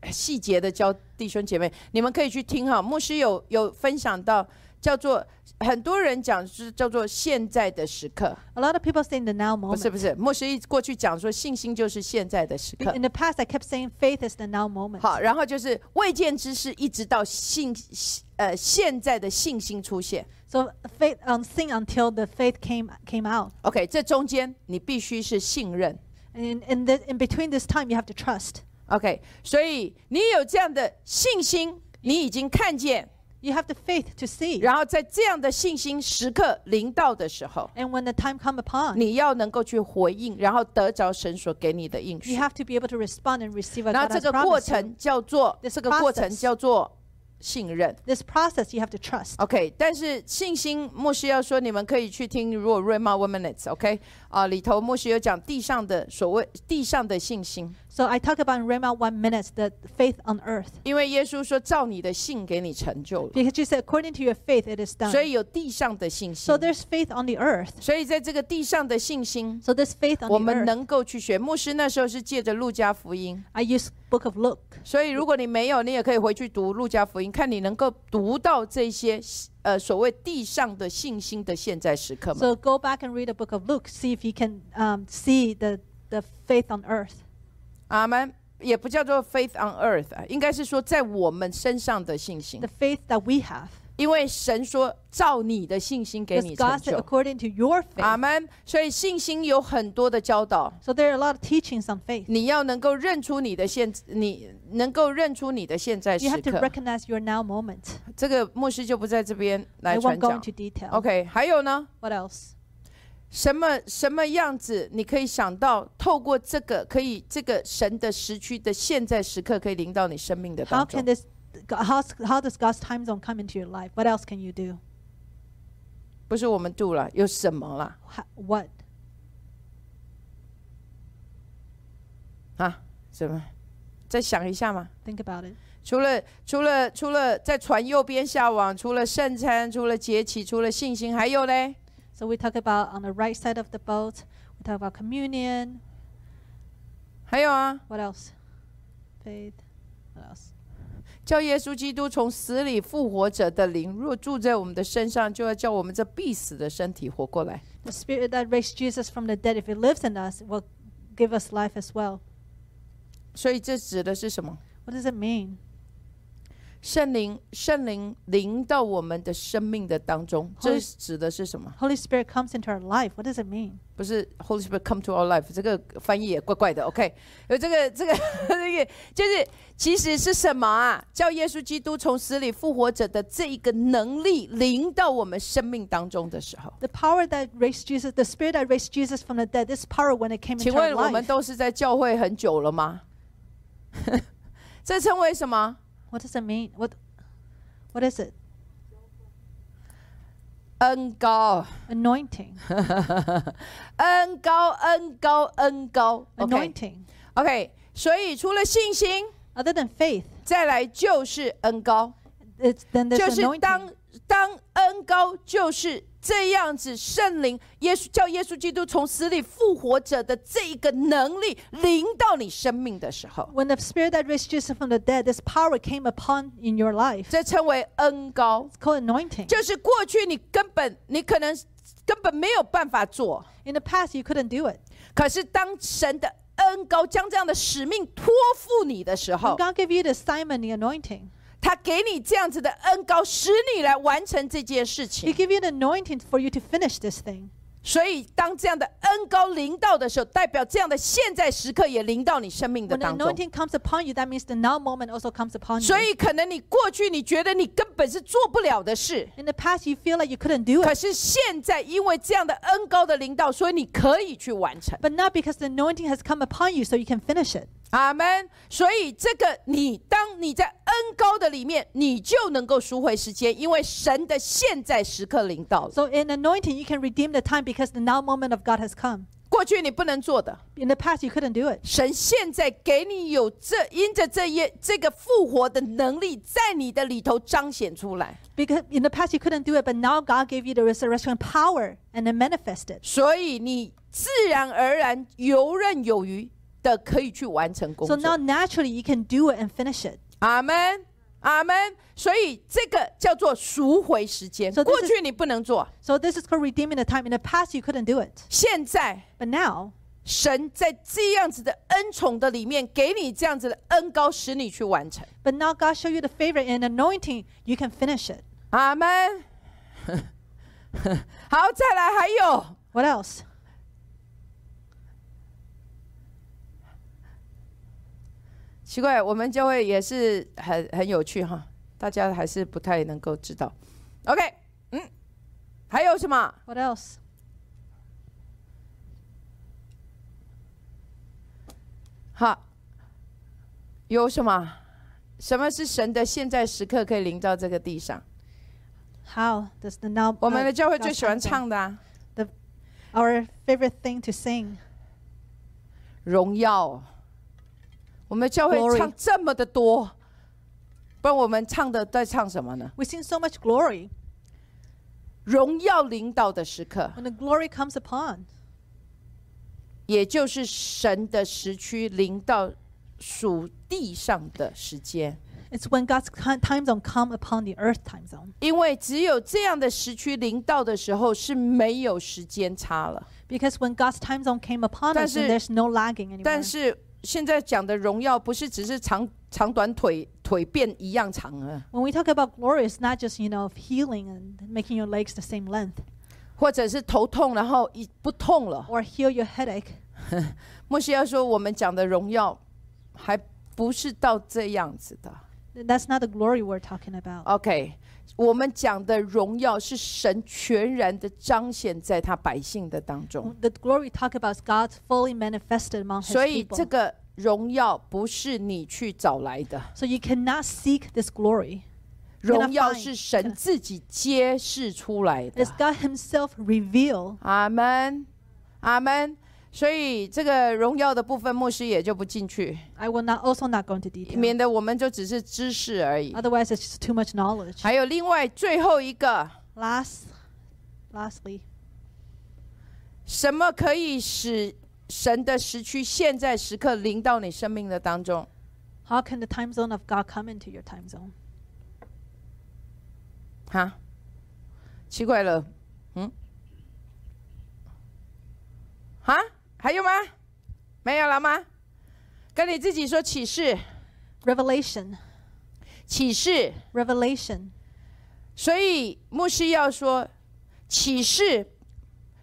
B: 呃细节的教弟兄姐妹，你们可以去听哈。牧师有有分享到叫做很多人讲是叫做现在的时刻，
A: A lot of people say in the now
B: 不
A: moment.
B: 是不是，牧师一过去讲说信心就是现在的时刻
A: In。the past, I kept saying faith is the now moment.
B: 好，然后就是未见之事，一直到信呃现在的信心出现。
A: So faith unseen until the faith came came out,
B: OK，这中间你必须是信任。
A: and in in, the, in between this time, you have to trust.
B: OK，所以你有这样的信心，你已经看见，
A: You have the faith to see,
B: 然后在这样的信心时刻临到的时候，
A: and when the time come upon,
B: 你要能够去回应，然后得着神所给你的应
A: you
B: 许。
A: have to be able to respond and receive what
B: 然后
A: God
B: 这
A: has
B: 个过
A: promised you.
B: 程叫做
A: This
B: 这个过程
A: process
B: 叫做信任。
A: This process you have to trust.
B: OK，但是信心，牧师要说，你们可以去听，如果 Rema One Minutes OK 啊，里头牧师有讲地上的所谓地上的信心，
A: So I talk about in Rema one minute the faith on earth
B: 因为耶稣说照你的信给你成就了，
A: because you said according to your faith it is done.
B: 所以有地上的信心
A: so。there's faith on the earth.
B: 所以在这个地上的信心，
A: So there's faith on the
B: 我们
A: earth.
B: 能够去学。牧师那时候是借着路加福音，
A: I use Book of Luke.
B: 所以如果你没有，你也可以回去读路加福音，看你能够读到这些呃所谓地上的信心的现在时刻吗？
A: So go back and read the Book of Luke. See if you can um, see the the faith on earth.
B: 阿门。也不叫做 faith on earth，啊应该是说在我们身上的信心
A: The，faith that we have.
B: 因为神说照你的信心给
A: Because
B: 你成
A: God said
B: 就。
A: according to your faith.
B: 阿门。所以信心有很多的教导，
A: So there are a lot of teachings on faith.
B: 你要能够认出你的现，你能够认出你的现在
A: You
B: 时
A: have to
B: 刻。
A: recognize your now moment.
B: 这个牧师就不在这边
A: I
B: 来
A: won't
B: 传
A: go
B: 讲
A: into。detail.
B: OK，还有呢，
A: What else?
B: 什么什么样子你可以想到，透过这个可以这个神的时区的现在时刻，可以临到你生命的
A: How
B: 当
A: can
B: 中。
A: this? How how does God's time zone come into your life? What else can you do?
B: 不是我们度了，有什么啦？
A: Ho- What?
B: 啊，什么？再想一下嘛。
A: Think about it.
B: 除了除了除了在船右边下网，除了圣餐，除了节期，除了信心，还有嘞，
A: So we talk about on the right side of the boat. We talk about communion.
B: 还有啊，
A: What else? Faith. What else?
B: 叫耶稣基督从死里复活者的灵，若住在我们的身上，就要叫我们这必死的身体活过来。
A: The Spirit that raised Jesus from the dead, if it lives in us, will give us life as well.
B: 所以这指的是什么？
A: What does it mean?
B: 圣灵，圣灵临到我们的生命的当中，这指的是什么？
A: Holy Spirit comes into our life. What does it mean?
B: 不是 Holy Spirit come to our life，这个翻译也怪怪的。OK，有这个这个 这个，就是其实是什么啊？叫耶稣基督从死里复活者的这一个能力临到我们生命当中的时候，
A: The power that raised Jesus, the Spirit that raised Jesus from the dead, this power when it came
B: 请
A: into
B: 问
A: our
B: 我们
A: life,
B: 都是在教会很久了吗？ 这称为什么？
A: what does it mean? What, what is it?
B: 恩高，
A: Anointing.
B: 恩高，恩高，恩高。OK，OK，、
A: Anointing.
B: OK，所以除了信心。
A: Other than faith,
B: 再来就是恩高，
A: it's then
B: 就
A: there's
B: 是
A: anointing.
B: 当当恩高就是这样子，圣灵耶稣叫耶稣基督从死里复活者的这一个能力临到你生命的时候，
A: When the Spirit that raised Jesus from the dead, this power came upon in your life.
B: 这称为恩高，
A: It's called anointing.
B: 就是过去你根本你可能根本没有办法做，
A: In the past, you couldn't do it.
B: 可是当神的恩高将这样的使命托付你的时
A: When
B: 候，
A: God gave you the assignment, the anointing,
B: 他给你这样子的恩高，使你来完成这件事情
A: He。gave you the anointing for you to finish this thing.
B: 所以，当这样的恩高临到的时候，代表这样的现在时刻也临到你生命的
A: When the
B: 当中。
A: anointing comes upon you, that means the now moment also comes upon
B: 所
A: you.
B: 以，可能你过去你觉得你根本是做不了的事，
A: In the past, you feel like you couldn't do
B: 可
A: it.
B: 是现在因为这样的恩高的临到，所以你可以去完成。
A: But not because the anointing has come upon you, so you can finish it.
B: 阿门。所以，这个你当你在恩高的里面，你就能够赎回时间，因为神的现在时刻临到了。
A: So in anointing, you can redeem the time because the now moment of God has come.
B: 过去你不能做的，
A: In the past, you couldn't do it.
B: 神现在给你有这因着这一这个复活的能力，在你的里头彰显出来。
A: Because in the past, you couldn't do it, but now God gave you the resurrection power and then manifest it.
B: 所以你自然而然游刃有余的可以去完成工
A: So now
B: 作。
A: naturally, you can do it and finish it.
B: 阿门，阿门。所以这个叫做赎回时间。
A: So this
B: 过去你不能做，
A: So this is called redeeming the time. In the past, you couldn't do it.
B: 现在
A: But now,
B: 神在这样子的恩宠的里面给你这样子的恩高，使你去完成。
A: but now God show you the favor and anointing, you can finish it.
B: 阿门。 好，再来，还有
A: What else?
B: 奇怪，我们就会也是很很有趣哈，大家还是不太能够知道。OK，嗯，还有什么？
A: What else?
B: 好，有什么？什么是神的现在时刻可以临到这个地上？
A: How does the now
B: 我们的
A: uh,
B: 教会
A: God's
B: 最喜欢
A: kingdom
B: 唱的啊，
A: our favorite thing to sing
B: 荣耀哦。我们教会
A: Glory
B: 唱这么的多，不然我们唱的在唱什么呢？
A: we sing so much glory
B: 荣耀领导的时刻，
A: when the glory comes upon
B: 也就是神的时区临到属地上的时间，
A: it's when God's ki- time zone come upon the earth time zone
B: 因为只有这样的时区临到的时候是没有时间差了。
A: because when God's time zone came upon us then
B: 但是-
A: there's no lagging
B: 但
A: anymore
B: 是现在讲的荣耀，不是只是长长短腿腿变一样长啊，
A: when we talk about glory it's not just you know of healing and making your legs the same length
B: 或者是头痛然后一不痛了。
A: or heal your headache
B: 莫西要说，我们讲的荣耀还不是到这样子的。
A: that's not the glory we're talking about
B: OK，我们讲的荣耀是神全然的彰显在他百姓的当中，
A: the glory we talk about is God's fully manifested among his
B: 所以这
A: people
B: 个荣耀不是你去找来的，
A: so you cannot seek this glory
B: 荣耀是神自己揭示出来的
A: it's。God himself reveal
B: 阿门，阿门。所以这个荣耀的部分，牧师也就不进去，
A: I will not also not go into detail
B: 免得我们就只是知识而已。
A: Otherwise, it's just too much knowledge.
B: 还有另外最后一个，
A: Last, lastly,
B: 什么可以使神的时区现在时刻临到你生命的当中？
A: how can the time zone of God come into your time zone?
B: 哈，奇怪了，嗯，哈，还有吗？没有了吗？跟你自己说启示，
A: Revelation,
B: 启示。
A: revelation.
B: 所以牧师要说，启示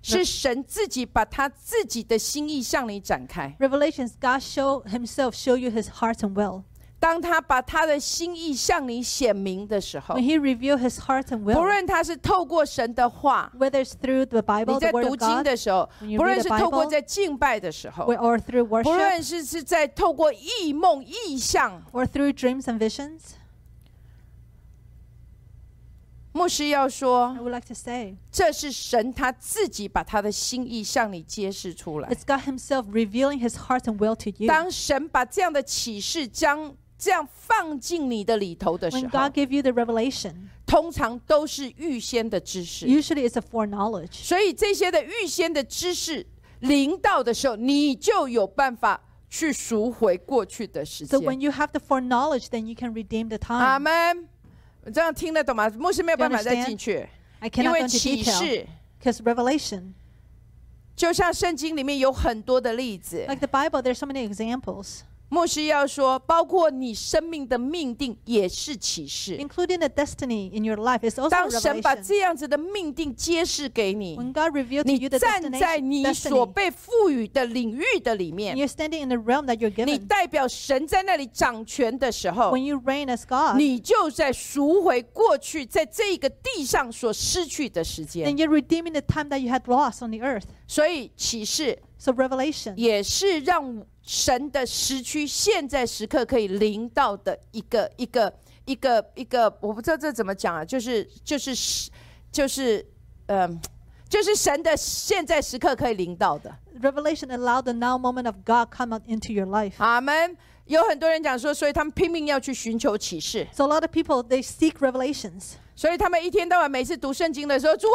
B: 是神自己把他自己的心意向你展开。
A: Revelation is God show Himself show you His heart and will.
B: 当他把他的心意向你显明的时候
A: When，He reveal His heart and
B: 不
A: will,
B: 论他是透过神的话，
A: whether it's through the
B: 你
A: Bible,
B: 在
A: the Word
B: 读
A: of
B: 经
A: God,
B: 的时候，
A: when you
B: 不论
A: read the
B: 是透过
A: Bible
B: 在敬拜的时候，
A: or- or through
B: 不
A: worship,
B: 论是是在透过异梦、异象，
A: or through dreams and visions,
B: 牧师要
A: I
B: 说，
A: would like to say
B: 这是神他自己把他的心意向你揭示出来。
A: it's God Himself revealing His heart and will to you.
B: 当神把这样的启示将这样放进你的里头的时
A: When
B: 候
A: God，give you the revelation,
B: 通常都是预先的知识。
A: usually it's a foreknowledge.
B: 所以这些的预先的知识临到的时候，你就有办法去赎回过去的时
A: So
B: 间。
A: when you have the foreknowledge, then you can redeem the time.
B: 阿门。这样听得懂吗？牧师没有办法
A: You
B: 再
A: understand?
B: 进去，
A: I
B: 因
A: cannot go
B: 为
A: into
B: 启
A: detail
B: 示
A: because revelation,
B: 就像圣经里面有很多的例子。
A: like the Bible, there's so many examples,
B: 牧师要说，包括你生命的命定也是启示。
A: including the destiny in your life. It's also
B: 当神把
A: revelation.
B: 这样子的命定揭示给你，
A: When God revealed to
B: 你
A: you the
B: 站在
A: destination,
B: 你所
A: destiny,
B: 被赋予的领域的里面
A: and，you're standing in the realm that you're
B: 你
A: given.
B: 代表神在那里掌权的时候
A: When，you reign as God,
B: 你就在赎回过去在这个地上所失去的时
A: then
B: 间。
A: you're redeeming the time that you had lost on the earth.
B: 所以启示
A: So revelation
B: 也是让神的时区现在时刻可以临到的一个一个一个一个，我不知道这怎么讲啊，就是就是是就是嗯。就是神的现在时刻可以临到的，
A: revelation allowed the now moment of God come out into your life.
B: 阿门。有很多人讲说，所以他们拼命要去寻求启示，
A: So a lot of people they seek revelations.
B: 所以他们一天到晚每次读圣经的时候，主啊，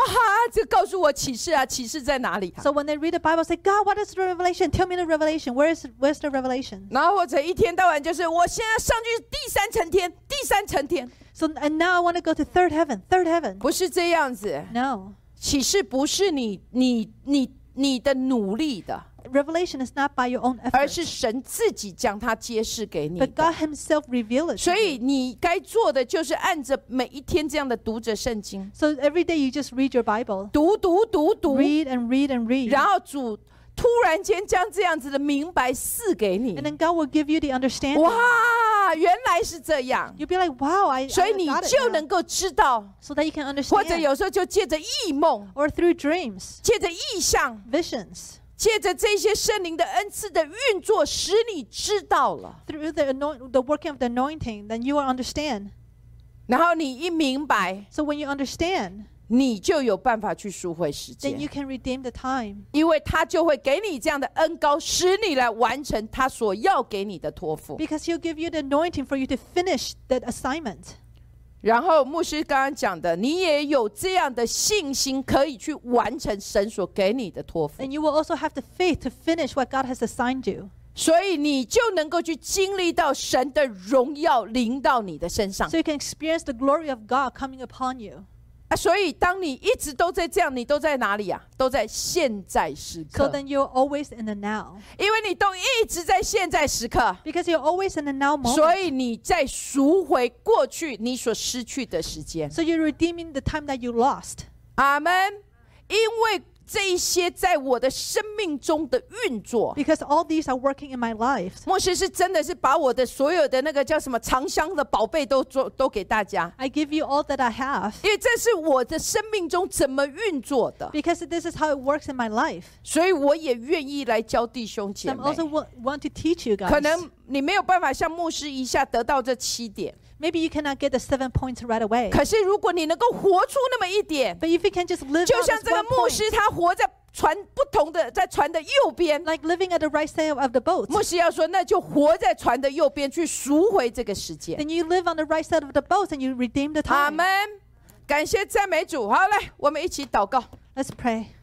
B: 这告诉我启示啊，启示在哪里、啊？
A: So when they read the Bible, say, God, what is the revelation? Tell me the revelation. Where is where's the revelation?
B: 然后或者一天到晚就是我现在上去第三层天，第三层天，
A: So and now I want to go to third heaven, third heaven.
B: 不是这样子。
A: No.
B: 启示不是你你你你的努力的，
A: Revelation is not by your own
B: 而
A: effort,
B: 是神自己将它揭示给你
A: but
B: 的
A: God。Himself revealed it. to
B: 所
A: you.
B: 以你该做的就是按着每一天这样的读着圣经，
A: So every day you just read your Bible,
B: 读读读读，
A: read and read and read,
B: 然后主突然间将这样子的明白赐给你
A: and，then God will give you the understanding.
B: 哇，原来是这样，
A: You'll be like, wow, I, I
B: 所以你
A: got
B: 就
A: it
B: 能
A: now.
B: 够知道，
A: So that you can
B: 或者
A: understand.
B: 有时候就借着异梦，
A: Or through dreams,
B: 借着意象，
A: visions.
B: 借着这些圣灵的恩赐的运作，使你知道了，
A: Through the anoint, the working of the anointing, then you will understand.
B: 然后你一明白，
A: So when you understand,
B: 你就有办法去赎回时
A: then you
B: 间，
A: can redeem the time
B: 因为他就会给你这样的恩高，使你来完成他所要给你的托付。
A: because he'll give you the anointing for you to finish that assignment.
B: 然后牧师刚刚讲的，你也有这样的信心，可以去完成神所给你的托付，
A: And you will also have the faith to finish what God has assigned you.
B: 所以你就能够去经历到神的荣耀临到你的身上
A: So。you can experience the glory of God coming upon you.
B: 啊，所以当你一直都在这样，你都在哪里啊？都在现在时
A: So
B: 刻，
A: then you're always in the now.
B: 因为你都一直在现在时刻，
A: Because you're always in the now moment.
B: 所以你在赎回过去你所失去的时间。
A: So you're redeeming the time that you lost.
B: 阿门。因为这一些在我的生命中的运作，
A: Because all these are working in my life.
B: 牧师是真的是把我的所有的那个叫什么长香的宝贝都做都给大家，
A: I give you all that I have.
B: 因为这是我的生命中怎么运作的，
A: Because this is how it works in my life.
B: 所以我也愿意来教弟兄
A: So
B: 姐
A: I'm
B: 妹。
A: also wa- want to teach you guys.
B: 可能你没有办法像牧师一下得到这七点，
A: Maybe you cannot get the seven points right away.
B: 可是如果你能够活出那么一点，
A: But if you can just live
B: 就
A: out
B: 像
A: this
B: 这个
A: one
B: 牧
A: point,
B: 师他活在船不同的在船的右边，
A: like living at the right side of the boat,
B: 牧师要说那就活在船的右边去赎回这个世界。
A: then you live on the right side of the boat and you redeem the
B: 阿
A: time.
B: 门，感谢赞美主。好，来我们一起祷告。
A: Let's pray.